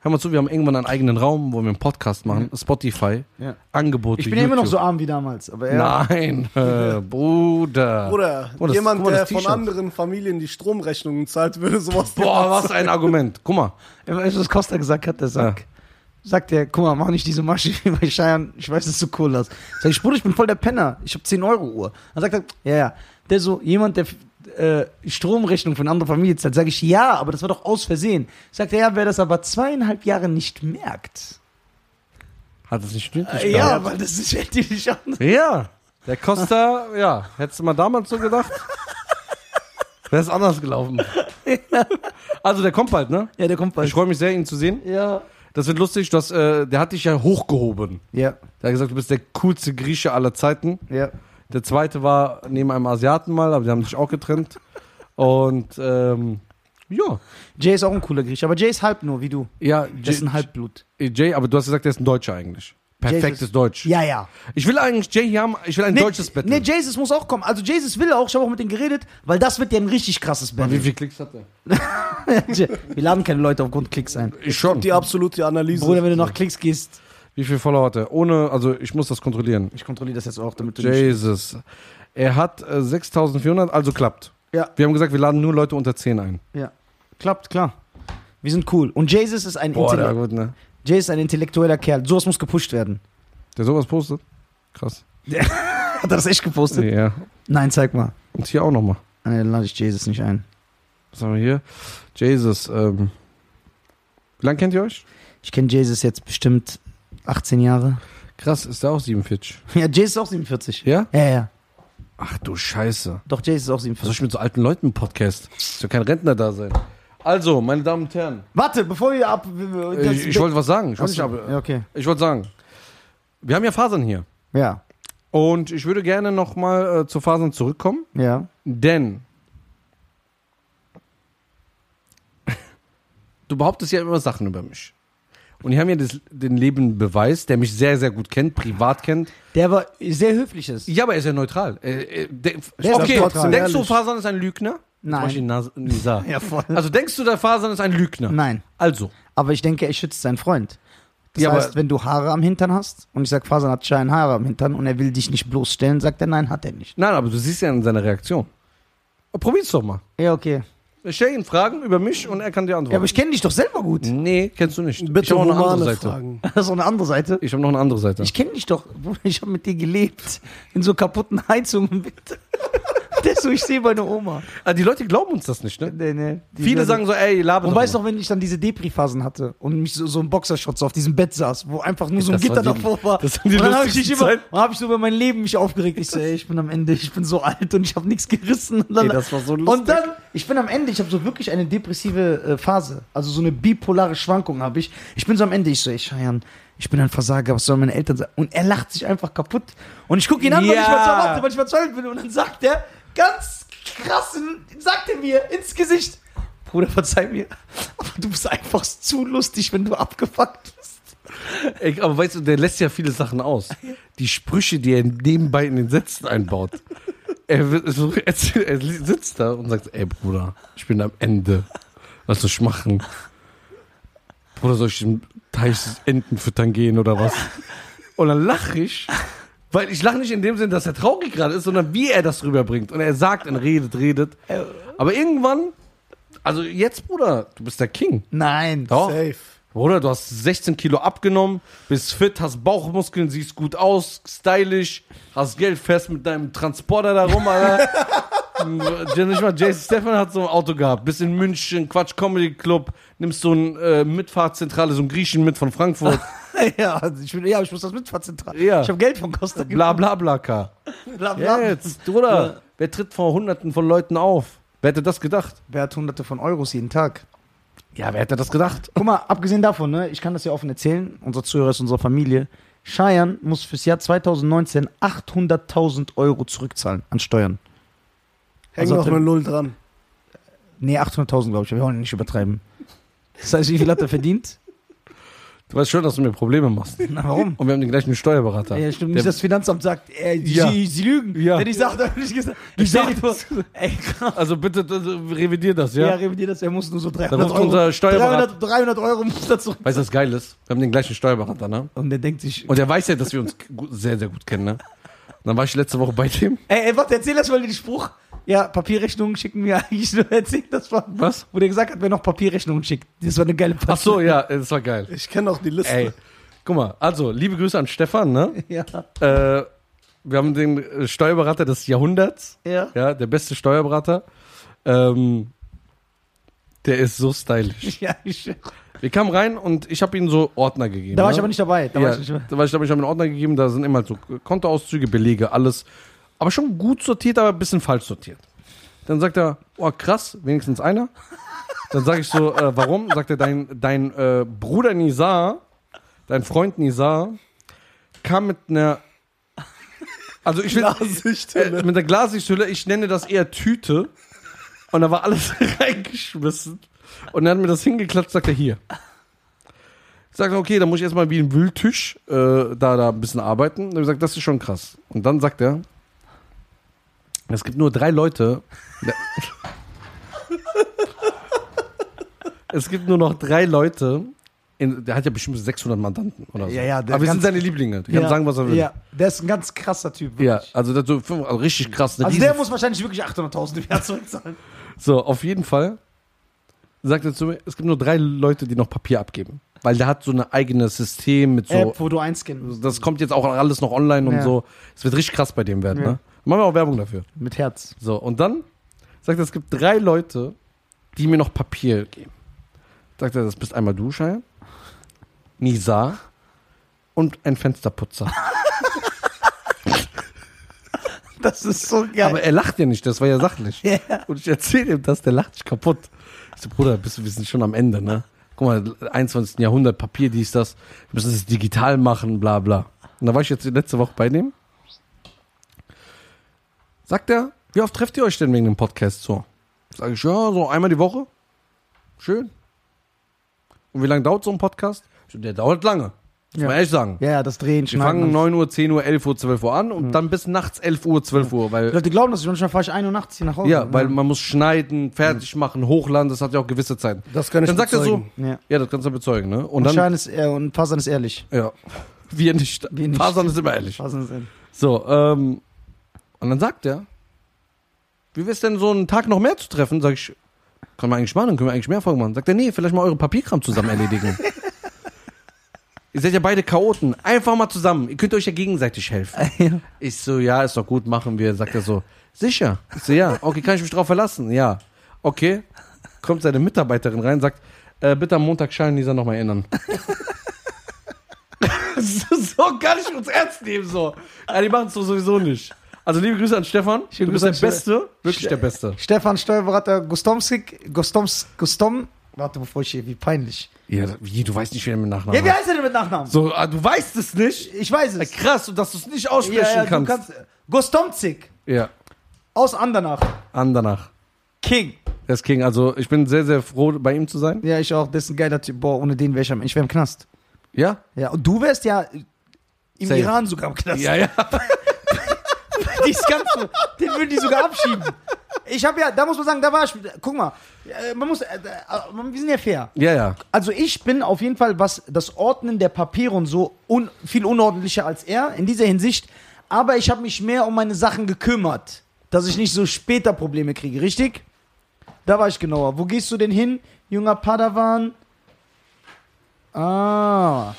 B: hör mal zu, wir haben irgendwann einen eigenen Raum, wo wir einen Podcast machen, Spotify,
A: Ja.
B: Angebote,
A: ich bin ja immer noch so arm wie damals, aber ja.
B: Nein, äh, Bruder.
C: Oder
B: Guck mal, das-
C: jemand,
B: guck mal, das
C: der von
B: T-Shirt.
C: anderen Familien die Stromrechnungen zahlt, würde sowas
B: Boah, was ein Argument. Guck mal.
A: Ja, Weißt du, was Costa gesagt hat? Der sagt, sagt der, guck mal, mach nicht diese Masche wie bei Scheiern, ich weiß, dass du Kohle hast. Sag ich, Bruder, ich bin voll der Penner, ich habe 10 Euro Uhr. Dann sagt er, ja, ja. Der so, jemand, der äh, Stromrechnung von anderer Familie zahlt, sage ich, ja, aber das war doch aus Versehen. Sagt er, ja, wer das aber zweieinhalb Jahre nicht merkt.
B: Hat das nicht stimmt?
A: Äh, ja, weil das ist fällt dir nicht an.
B: Ja. Der Costa, ja, hättest du mal damals so gedacht. Wäre es anders gelaufen. Also, der kommt bald, ne?
A: Ja, der kommt bald.
B: Ich freue mich sehr, ihn zu sehen.
A: Ja.
B: Das wird lustig, dass, äh, der hat dich ja hochgehoben.
A: Ja,
B: Der hat gesagt, du bist der coolste Grieche aller Zeiten.
A: ja.
B: Der zweite war neben einem Asiaten mal, aber die haben sich auch getrennt. Und ähm, ja,
A: Jay ist auch ein cooler Grieche, aber Jay ist halb nur, wie du.
B: ja,
A: Der ist
B: Jay,
A: ein Halbblut.
B: Jay, aber du hast gesagt, der ist ein Deutscher eigentlich. Perfektes
A: Jesus.
B: Deutsch.
A: Ja, ja.
B: Ich will eigentlich Jay hier haben, ich will ein deutsches Battle.
A: Nee, Jesus muss auch kommen. Also Jesus will auch, ich habe auch mit denen geredet, weil das wird ja ein richtig krasses Battle.
B: Wie viele Klicks hat er?
A: Wir laden keine Leute aufgrund Klicks ein.
B: Ich schon.
C: Die absolute Analyse.
A: Bruder, wenn du nach Klicks gehst.
B: Wie viele Follower hat er? Ohne, also ich muss das kontrollieren.
A: Ich kontrolliere das jetzt auch, damit du nicht.
B: Jesus. Er hat äh, 6400, also klappt.
A: Ja.
B: Wir haben gesagt, wir laden nur Leute unter 10 ein.
A: Ja. Klappt, klar. Wir sind cool. Und Jesus ist ein,
B: der
A: Intellekt
B: gut, ne?
A: Jay ist ein intellektueller Kerl. Sowas muss gepusht werden.
B: Der sowas postet? Krass.
A: Hat er das echt gepostet?
B: Ja.
A: Nein, zeig mal.
B: Und hier auch nochmal.
A: Nee, dann lade ich Jesus nicht ein.
B: Was haben wir hier? Jesus, ähm. Wie lange kennt ihr euch?
A: Ich kenne Jesus jetzt bestimmt 18 Jahre.
B: Krass, ist der auch 47.
A: Ja, Jesus ist auch 47.
B: Ja?
A: Ja, ja.
B: Ach du Scheiße.
A: Doch, Jesus ist auch
B: Was soll
A: 47.
B: ich mit so alten Leuten einen Podcast? Soll kein Rentner da sein. Also, meine Damen und Herren,
A: Warte, bevor wir ab.
B: äh, ich, ich wollte was sagen. Ich wollte nicht ab-
A: Ja, okay.
B: Ich wollte sagen, wir haben ja Fasern hier.
A: Ja,
B: Und ich würde gerne nochmal äh, zu Fasern zurückkommen,
A: ja.
B: denn du behauptest ja immer Sachen über mich. Und die haben ja das, den lebenden Beweis, der mich sehr, sehr gut kennt, privat kennt.
A: Der war sehr höfliches.
B: Ja, aber er ist ja neutral. Äh, äh, de
A: ist
B: okay,
A: neutral.
B: denkst du,
C: Ehrlich.
B: Fasern ist ein Lügner?
A: Nein.
B: Jetzt mach ich die Nase- Nisa.
A: Ja, voll.
B: Also denkst du, der Fasern ist ein Lügner?
A: Nein.
B: Also,
A: Aber ich denke, er schützt seinen Freund. Das
B: Ja, aber-
A: heißt, wenn du Haare am Hintern hast und ich sag, Fasan hat Schein Haare am Hintern und er will dich nicht bloßstellen, sagt er, nein, hat er nicht.
B: nein, aber du siehst ja an seiner Reaktion. Probier's doch mal.
A: Ja, okay.
B: Ich stell ihn Fragen über mich und er kann dir antworten.
A: Ja, aber ich kenne dich doch selber gut.
B: Nee, kennst du nicht. ich
C: Bitte
B: habe noch eine
C: humane
B: andere Seite.
C: Fragen.
A: Das ist auch eine andere Seite.
B: Ich habe noch eine andere Seite.
A: Ich kenne dich doch. Bruder, Ich habe mit dir gelebt. In so kaputten Heizungen, bitte. Desto ich sehe meine Oma.
B: Ah, die Leute glauben uns das nicht, ne?
A: Nee, nee. Die
B: Viele
A: werden-
B: sagen so, ey, laber
A: Und
B: doch
A: weißt
B: mal.
A: doch, wenn ich dann diese Depri-Phasen hatte und mich so, so im Boxershot so auf diesem Bett saß, wo einfach nur so ein
B: Das waren
A: Gitter
B: die-
A: davor war.
B: das waren die
A: und dann habe ich, mich
B: lustigsten
A: immer-
B: Zeiten.
A: dann hab ich so über mein Leben mich aufgeregt. Ich so, ey, ich bin am Ende, ich bin so alt und ich habe nichts gerissen. Und dann,
B: Ey, das war so lustig.
A: und dann, ich bin am Ende, ich habe so wirklich eine depressive äh, Phase. Also so eine bipolare Schwankung habe ich. Ich bin so am Ende, ich so, ey, Scheiern, ich bin ein Versager, was sollen meine Eltern sagen? Und er lacht sich einfach kaputt. Und ich gucke ihn an, weil ich
B: Ja.
A: mal erwarte, weil ich verzweifelt bin. Und dann sagt er, ganz krass, in- sagt er mir ins Gesicht, Bruder, verzeih mir, aber du bist einfach zu lustig, wenn du abgefuckt bist.
B: Ey, aber weißt du, der lässt ja viele Sachen aus. Die Sprüche, die er nebenbei in den Sätzen einbaut. er, wird so, er sitzt da und sagt, ey Bruder, ich bin am Ende. Was soll ich machen? Bruder, soll ich im Teich Enten füttern gehen oder was? Und dann lache ich, weil ich lache nicht in dem Sinn, dass er traurig gerade ist, sondern wie er das rüberbringt. Und er sagt und redet, redet. Aber irgendwann, also jetzt, Bruder, du bist der King.
A: Nein.
B: Doch.
C: Safe.
B: Bruder, du hast 16 Kilo abgenommen, bist fit, hast Bauchmuskeln, siehst gut aus, stylisch, hast Geld, fährst mit deinem Transporter da rum, Alter. Ja, Nicht mal Jason Stefan hat so ein Auto gehabt. Bist in München, Quatsch Comedy Club, nimmst so ein äh, Mitfahrzentrale, so ein Griechen mit von Frankfurt,
A: ja, also ich, bin, ja, ich muss das mitfahren.
B: Ja.
A: Ich habe Geld von Costa
B: bla bla bla. Ka.
A: Bla, bla.
B: Jetzt, Bruder, wer tritt vor Hunderten von Leuten auf? Wer hätte das gedacht?
A: Wer hat hunderte von Euros jeden Tag?
B: Ja, wer hätte das gedacht?
A: Guck mal, abgesehen davon, ne, ich kann das ja offen erzählen, unser Zuhörer ist unsere Familie. Cheyenne muss fürs Jahr 2019 800.000 Euro zurückzahlen an Steuern.
C: Häng
A: Also
C: noch
A: drin-
C: eine Null dran.
A: Nee, 800.000 glaube ich, wir wollen nicht übertreiben. Das heißt, wie viel hat er verdient?
B: Du weißt schon, dass du mir Probleme machst.
A: Na, warum?
B: Und wir haben den gleichen Steuerberater.
A: Ja, stimmt.
B: Der-
A: Nicht, dass das Finanzamt sagt, ey, die-
B: Ja.
A: sie, sie lügen.
B: Ja.
A: Denn ich sag doch nicht gesagt.
B: Ich
A: Ich stell
B: sag
A: dir vor, ey, krass.
B: Also bitte also, revidier das,
A: Ja,
B: ja?
A: revidier das, er muss nur so 300
B: Dann ruft
A: Euro.
B: unser Steuerberater.
A: 300, 300 Euro muss er zurück.
B: Weißt du, was geil ist? Wir haben den gleichen Steuerberater, ne?
A: Und der denkt sich,
B: Und der weiß ja, dass wir uns gu- sehr, sehr gut kennen, ne? Und dann war ich letzte Woche bei dem.
A: ey, ey, warte, erzähl erstmal den Spruch. Ja, Papierrechnungen schicken wir eigentlich nur, erzähl das mal.
B: Was?
A: Wo der gesagt hat, wer noch Papierrechnungen schickt. Das war eine geile Partie.
B: Ach so, ja, das war geil.
C: Ich kenne auch die Liste.
B: Ey, guck mal, also, liebe Grüße an Stefan, ne?
A: Ja,
B: Äh, wir haben den äh, Steuerberater des Jahrhunderts,
A: ja.
B: ja, der beste Steuerberater. Ähm, der ist so stylisch.
A: Ja, ich,
B: Wir kamen rein und ich habe ihm so Ordner gegeben.
A: da war ich
B: ne?
A: aber nicht dabei. Da
B: ja,
A: war ich nicht dabei.
B: da war ich, glaube ich, habe einen Ordner gegeben, da sind immer so Kontoauszüge, Belege, alles. Aber schon gut sortiert, aber ein bisschen falsch sortiert. Dann sagt er, oh krass, wenigstens einer. Dann sage ich so, äh, warum? Sagt er, dein, dein äh, Bruder Nizar, dein Freund Nizar, kam mit einer, also ich will, äh,
C: Glasichthülle.
B: mit der Glasigtülle, ich nenne das eher Tüte. Und da war alles reingeschmissen. Und dann hat mir das hingeklatscht, sagt er hier. Ich sagte, okay, dann muss ich erstmal wie ein Wühltisch äh, da, da ein bisschen arbeiten. Und er sagt, das ist schon krass. Und dann sagt er, es gibt nur drei Leute. es gibt nur noch drei Leute. In, der hat ja bestimmt 600 Mandanten oder so.
A: Ja, ja, der
B: Aber wir sind
A: ganz-
B: seine Lieblinge. Der kann sagen, was er will. Ja,
A: Ja, der ist ein ganz krasser Typ. wirklich.
B: also, das so, fünf- also richtig krass. eine
A: Also der
B: riesen-
A: muss wahrscheinlich wirklich 800.000 im Jahr zurückzahlen.
B: So, auf jeden Fall sagt er zu mir, es gibt nur drei Leute, die noch Papier abgeben. Weil der hat so ein eigenes System mit so.
A: App, wo du einscannen
B: Das kommt jetzt auch alles noch online und
A: Ja.
B: so. Es wird richtig krass bei dem werden,
A: Ja.
B: ne? Machen wir auch Werbung dafür.
A: Mit Herz.
B: So, und dann sagt er, es gibt drei Leute, die mir noch Papier geben. Sagt er, das bist einmal du, Schein, Nisa und ein Fensterputzer.
A: Das ist so geil.
B: Aber er lacht ja nicht, das war ja sachlich.
A: Ja.
B: Und ich erzähle ihm das, der lacht sich kaputt. Ich so, Bruder, bist, du- wir sind schon am Ende, ne? Guck mal, 21. Jahrhundert, Papier, dies, das. Wir müssen es digital machen, bla, bla. Und da war ich jetzt letzte Woche bei dem. Sagt er, wie oft trefft ihr euch denn wegen dem Podcast so? Sag ich, ja, so einmal die Woche. Schön. Und wie lange dauert so ein Podcast? Ich so, Der dauert lange. Muss
A: Ja.
B: man ehrlich sagen.
A: ja, Mhm. ja, das Drehen,
B: Wir fangen
A: und-
B: 9 Uhr, 10 Uhr, 11 Uhr, 12 Uhr an und dann bis nachts 11 Uhr, 12 Uhr, weil
A: Die Leute glauben das, nicht, manchmal fahre ich ein Uhr nachts hier nach Hause. ne?
B: ja, weil man muss schneiden, fertig machen, hochladen, das hat ja auch gewisse Zeiten.
C: Das kann ich
B: Dann sagt er so,
C: bezeugen.
A: Ja.
B: ja, das kannst du bezeugen, ne? Und
A: Und
B: dann,
A: Schein ist, äh, und Fasan ist ehrlich.
B: ja, wir nicht.
A: Wir nicht.
B: Fasan ist immer ehrlich.
A: Fasan ist ehrlich.
B: So, ähm, und dann sagt er, wie wär's denn so einen Tag noch mehr zu treffen? Sag ich, können wir eigentlich machen, können wir eigentlich mehr Folgen machen? Sagt er, nee, vielleicht mal eure Papierkram zusammen erledigen. Ihr seid ja beide Chaoten. Einfach mal zusammen. Ihr könnt euch ja gegenseitig helfen.
A: Ja.
B: Ich so, ja, ist doch gut, machen wir. Sagt er so, sicher. Ich so, ja, okay, kann ich mich drauf verlassen? Ja. Okay. Kommt seine Mitarbeiterin rein, sagt, äh, bitte am Montag scheinen dieser nochmal erinnern. so, so gar nicht uns ernst nehmen, so. Ja, die machen es doch sowieso nicht. Also liebe Grüße an Stefan.
A: Schönen
B: du
A: Grüße
B: bist der
A: an Stefan.
B: Beste, wirklich der Beste.
A: Stefan Steuerberater Gostomskik, Gostoms, Gostom. Warte, bevor ich hier, wie peinlich.
B: Ja, wie, du weißt nicht, wie er mit Nachnamen
A: Ja, wie
B: heißt.
A: heißt er denn mit Nachnamen?
B: So, ah, du weißt es nicht?
A: Ich weiß
B: Ja,
A: es.
B: Krass, und dass du es nicht aussprechen
A: du
B: kannst.
A: kannst- Gostomzik
B: Ja,
A: aus Andernach.
B: an danach.
A: King.
B: Das King, also ich bin sehr, sehr froh, bei ihm zu sein.
A: Ja, ich auch. Das ist ein geiler Typ. Boah, ohne den wäre ich am Ich wäre im Knast.
B: Ja?
A: Ja, und du wärst ja im
B: Safe.
A: Iran sogar im Knast.
B: ja.
A: Die ist ganz, den würden die sogar abschieben. ich habe ja, da muss man sagen, da war ich. Guck mal, äh, man muss, äh, äh, wir sind ja fair.
B: Ja, ja.
A: Also ich bin auf jeden Fall, was das Ordnen der Papiere und so, un, viel unordentlicher als er in dieser Hinsicht. Aber ich habe mich mehr um meine Sachen gekümmert, dass ich nicht so später Probleme kriege, richtig? Da war ich genauer. Wo gehst du denn hin, junger Padawan? Ah,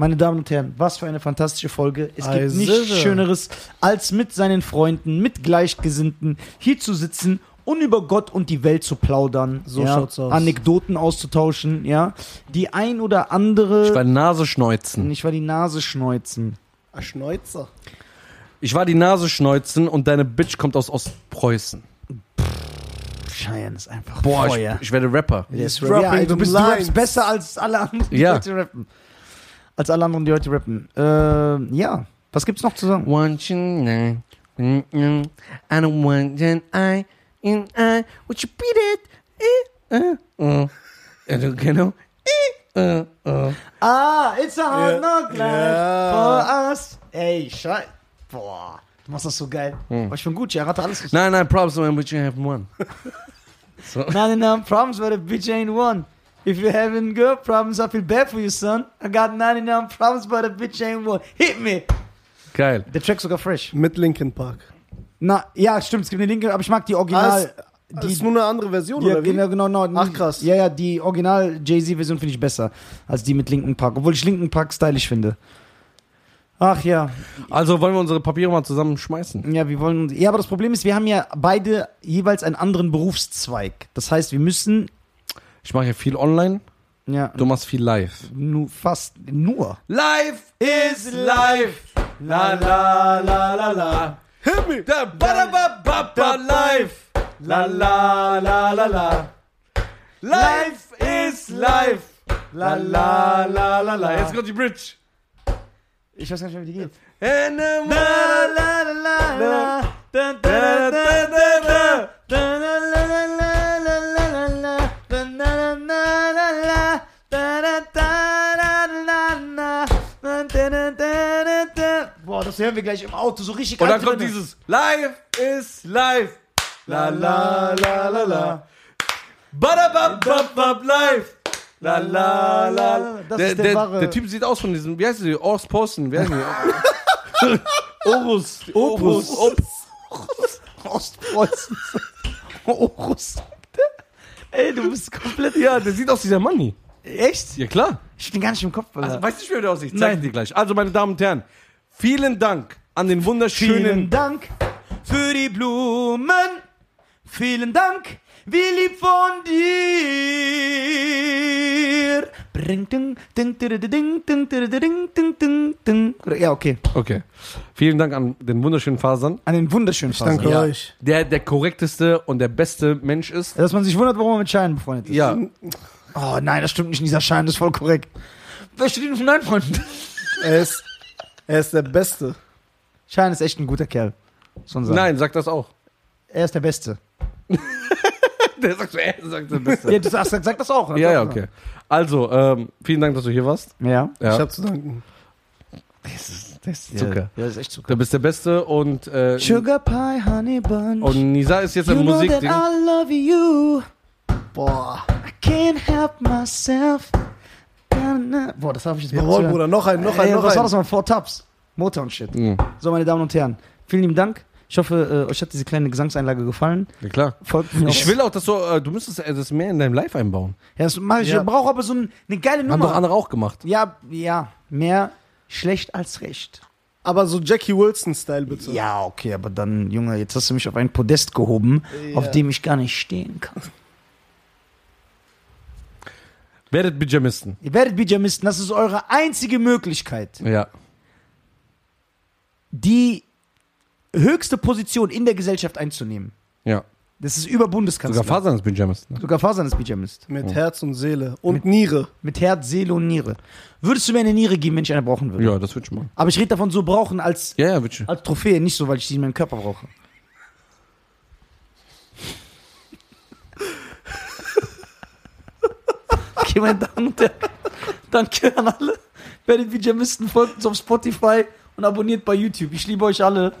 A: meine Damen und Herren, was für eine fantastische Folge. Es gibt
C: Ei,
A: nichts
C: Sitte.
A: Schöneres, als mit seinen Freunden, mit Gleichgesinnten hier zu sitzen und über Gott und die Welt zu plaudern.
C: So
A: ja?
C: schaut's aus.
A: Anekdoten auszutauschen, ja. Die ein oder andere.
B: Ich war Nase schneuzen.
A: Ich war die Nase schneuzen.
C: Ein Schneuzer.
B: Ich war die Nase schneuzen und deine Bitch kommt aus Ostpreußen.
A: Cheyenne ist einfach
B: Boah,
A: Feuer.
B: ich, ich werde Rapper.
A: Yes,
C: Rapping
A: ja, du
C: them
A: bist du rappst
C: lines.
A: besser als alle anderen, die
B: Ja.
A: heute rappen. Als alle anderen, die heute rappen. Ähm, ja, was gibt's noch zu sagen?
D: want you now. Mm-mm. I don't want an eye in eye. Would you beat it? Eh, uh, uh. I don't know. Eh, uh, uh.
A: Ah, it's a hard
C: Ja.
A: knock life
C: Ja.
A: for us. Ey, Schei. Boah, du machst das so geil.
B: Hm.
A: Was für ein Gucci, er hatte alles richtig.
B: Nein, nein, Props, man, but you have one.
A: Nein, nein, problems where the bitch ain't one. If you having girl problems, I feel bad for you, son. I got 99 problems, but the bitch ain't one. Hit me!
B: Geil.
A: Der Track sogar fresh.
C: Mit Linkin Park.
A: Na, ja, stimmt, es gibt eine linke, aber ich mag die Original.
C: Ah,
A: die,
C: ist nur eine andere Version,
A: ja,
C: oder wie?
A: genau, genau, genau.
C: Ach, krass.
A: Ja, ja, die Original Jay-Z-Version finde ich besser als die mit Linken Park, obwohl ich Linken Park stylisch finde. Ach ja,
B: Also wollen wir unsere Papiere mal zusammenschmeißen.
A: ja, wir wollen. Ja, aber das Problem ist, wir haben ja beide jeweils einen anderen Berufszweig. Das heißt, wir müssen
B: Ich mache ja viel online,
A: ja
B: du machst viel live.
A: nur fast nur.
B: Life is life. La la la la la. Hit me. Da ba da ba ba ba life. La la la la la. Life is life. La la la la la. Jetzt kommt die Bridge.
A: Ich weiß gar nicht, mehr, wie die geht.
B: And I'm-
A: Boah, das hören wir gleich im Auto, so richtig
B: Und dann
A: alte
B: kommt
A: Männer.
B: dieses Life is life. La la la la la. Bada bab bab bab life. La la la la.
A: Das
B: der,
A: ist der wahre-
B: der Typ sieht aus von diesem, wie heißt die? Ors Posten, wie heißt die? Orus. Opus. Op
A: Ostpreußen. Orus. Oh, Ey, du bist komplett.
B: ja, der sieht aus dieser Money.
A: Echt?
B: Ja, klar.
A: Ich hab den gar nicht im Kopf. Alter.
B: Also, weißt du, nicht, wer der aussieht?
A: Nein.
B: Zeig dir gleich. Also, meine Damen und Herren, vielen Dank an den
A: Vielen
B: wunderschönen.
A: Dank für die Blumen. Vielen Dank, wie lieb von dir. Bring, ding, ding, ding, ding, ding, ding, ding, ding, ding, ding. Ja, okay.
B: Okay. Vielen Dank an den wunderschönen Fasern,
A: An den wunderschönen Faser.
C: Danke
B: Ja.
C: euch.
B: der der korrekteste und der beste Mensch ist.
A: Dass man sich wundert, warum man mit Scheinen befreundet ist.
B: Ja.
A: Oh nein, das stimmt nicht. Dieser Schein ist voll korrekt. Wer steht denn von deinen Freunden?
C: Er ist, er ist der Beste.
A: Schein ist echt ein guter Kerl. muss man sagen.
B: Nein, sag das auch.
A: Er ist der Beste.
B: Der sagt so, er sagt der Beste.
A: Ja, du sagst, sag das auch.
B: ja, ja, okay. Also, ähm, vielen Dank, dass du hier warst.
A: Ja.
B: Ja.
C: Ich hab zu danken.
B: das ist
A: Zucker.
B: Zucker.
A: Ja, das ist echt Zucker.
B: Du bist der Beste und, äh,
A: Sugar Pie, Honey Bun.
B: und Nisa ist jetzt
A: you
B: im
A: know that
B: Musikding.
A: I love you.
C: Boah.
A: I can't help myself. Na, na. Boah, das habe ich jetzt mal
C: Jawohl,
A: zu-
C: Bruder. Noch ein, noch ein,
A: Ey,
C: noch
A: was war
C: ein.
A: das mal? Four Tops. Motor und Shit.
B: Mhm.
A: So, meine Damen und Herren, vielen lieben Dank. Ich hoffe, äh, euch hat diese kleine Gesangseinlage gefallen.
B: Ja, klar.
A: Folgt mir
B: Ich
A: auf-
B: will auch, dass du, äh, du müsstest äh, das mehr in deinem Live einbauen.
A: Ja, das mach ich.
C: Ja.
A: Ich brauche aber so ein, eine geile
B: Haben doch
A: Nummer.
B: andere auch gemacht.
A: Ja, ja. Mehr schlecht als recht.
C: Aber so Jackie Wilson-Style bitte.
A: Ja, okay, aber dann, Junge, jetzt hast du mich auf ein Podest gehoben, auf dem ich gar nicht stehen kann.
B: Werdet Bijamisten.
A: Ihr werdet Bijamisten, das ist eure einzige Möglichkeit.
B: Ja.
A: die höchste Position in der Gesellschaft einzunehmen.
B: Ja.
A: Das ist über Bundeskanzler.
B: Sogar Fasern ist Bijamist. Ne?
A: Sogar Fasern ist Bijamist.
C: Mit Herz und Seele und Niere.
A: Mit Herz, Seele und Niere. Würdest du mir eine Niere geben, wenn ich eine brauchen würde?
B: Ja, das würde ich machen.
A: Aber ich rede davon so brauchen als,
B: Ja, ja, würde ich.
A: als Trophäe, nicht so, weil ich die in meinem Körper brauche. okay, meine Damen und Herren, danke an alle. Werdet Bijamisten, folgt uns auf Spotify und abonniert bei YouTube. Ich liebe euch alle.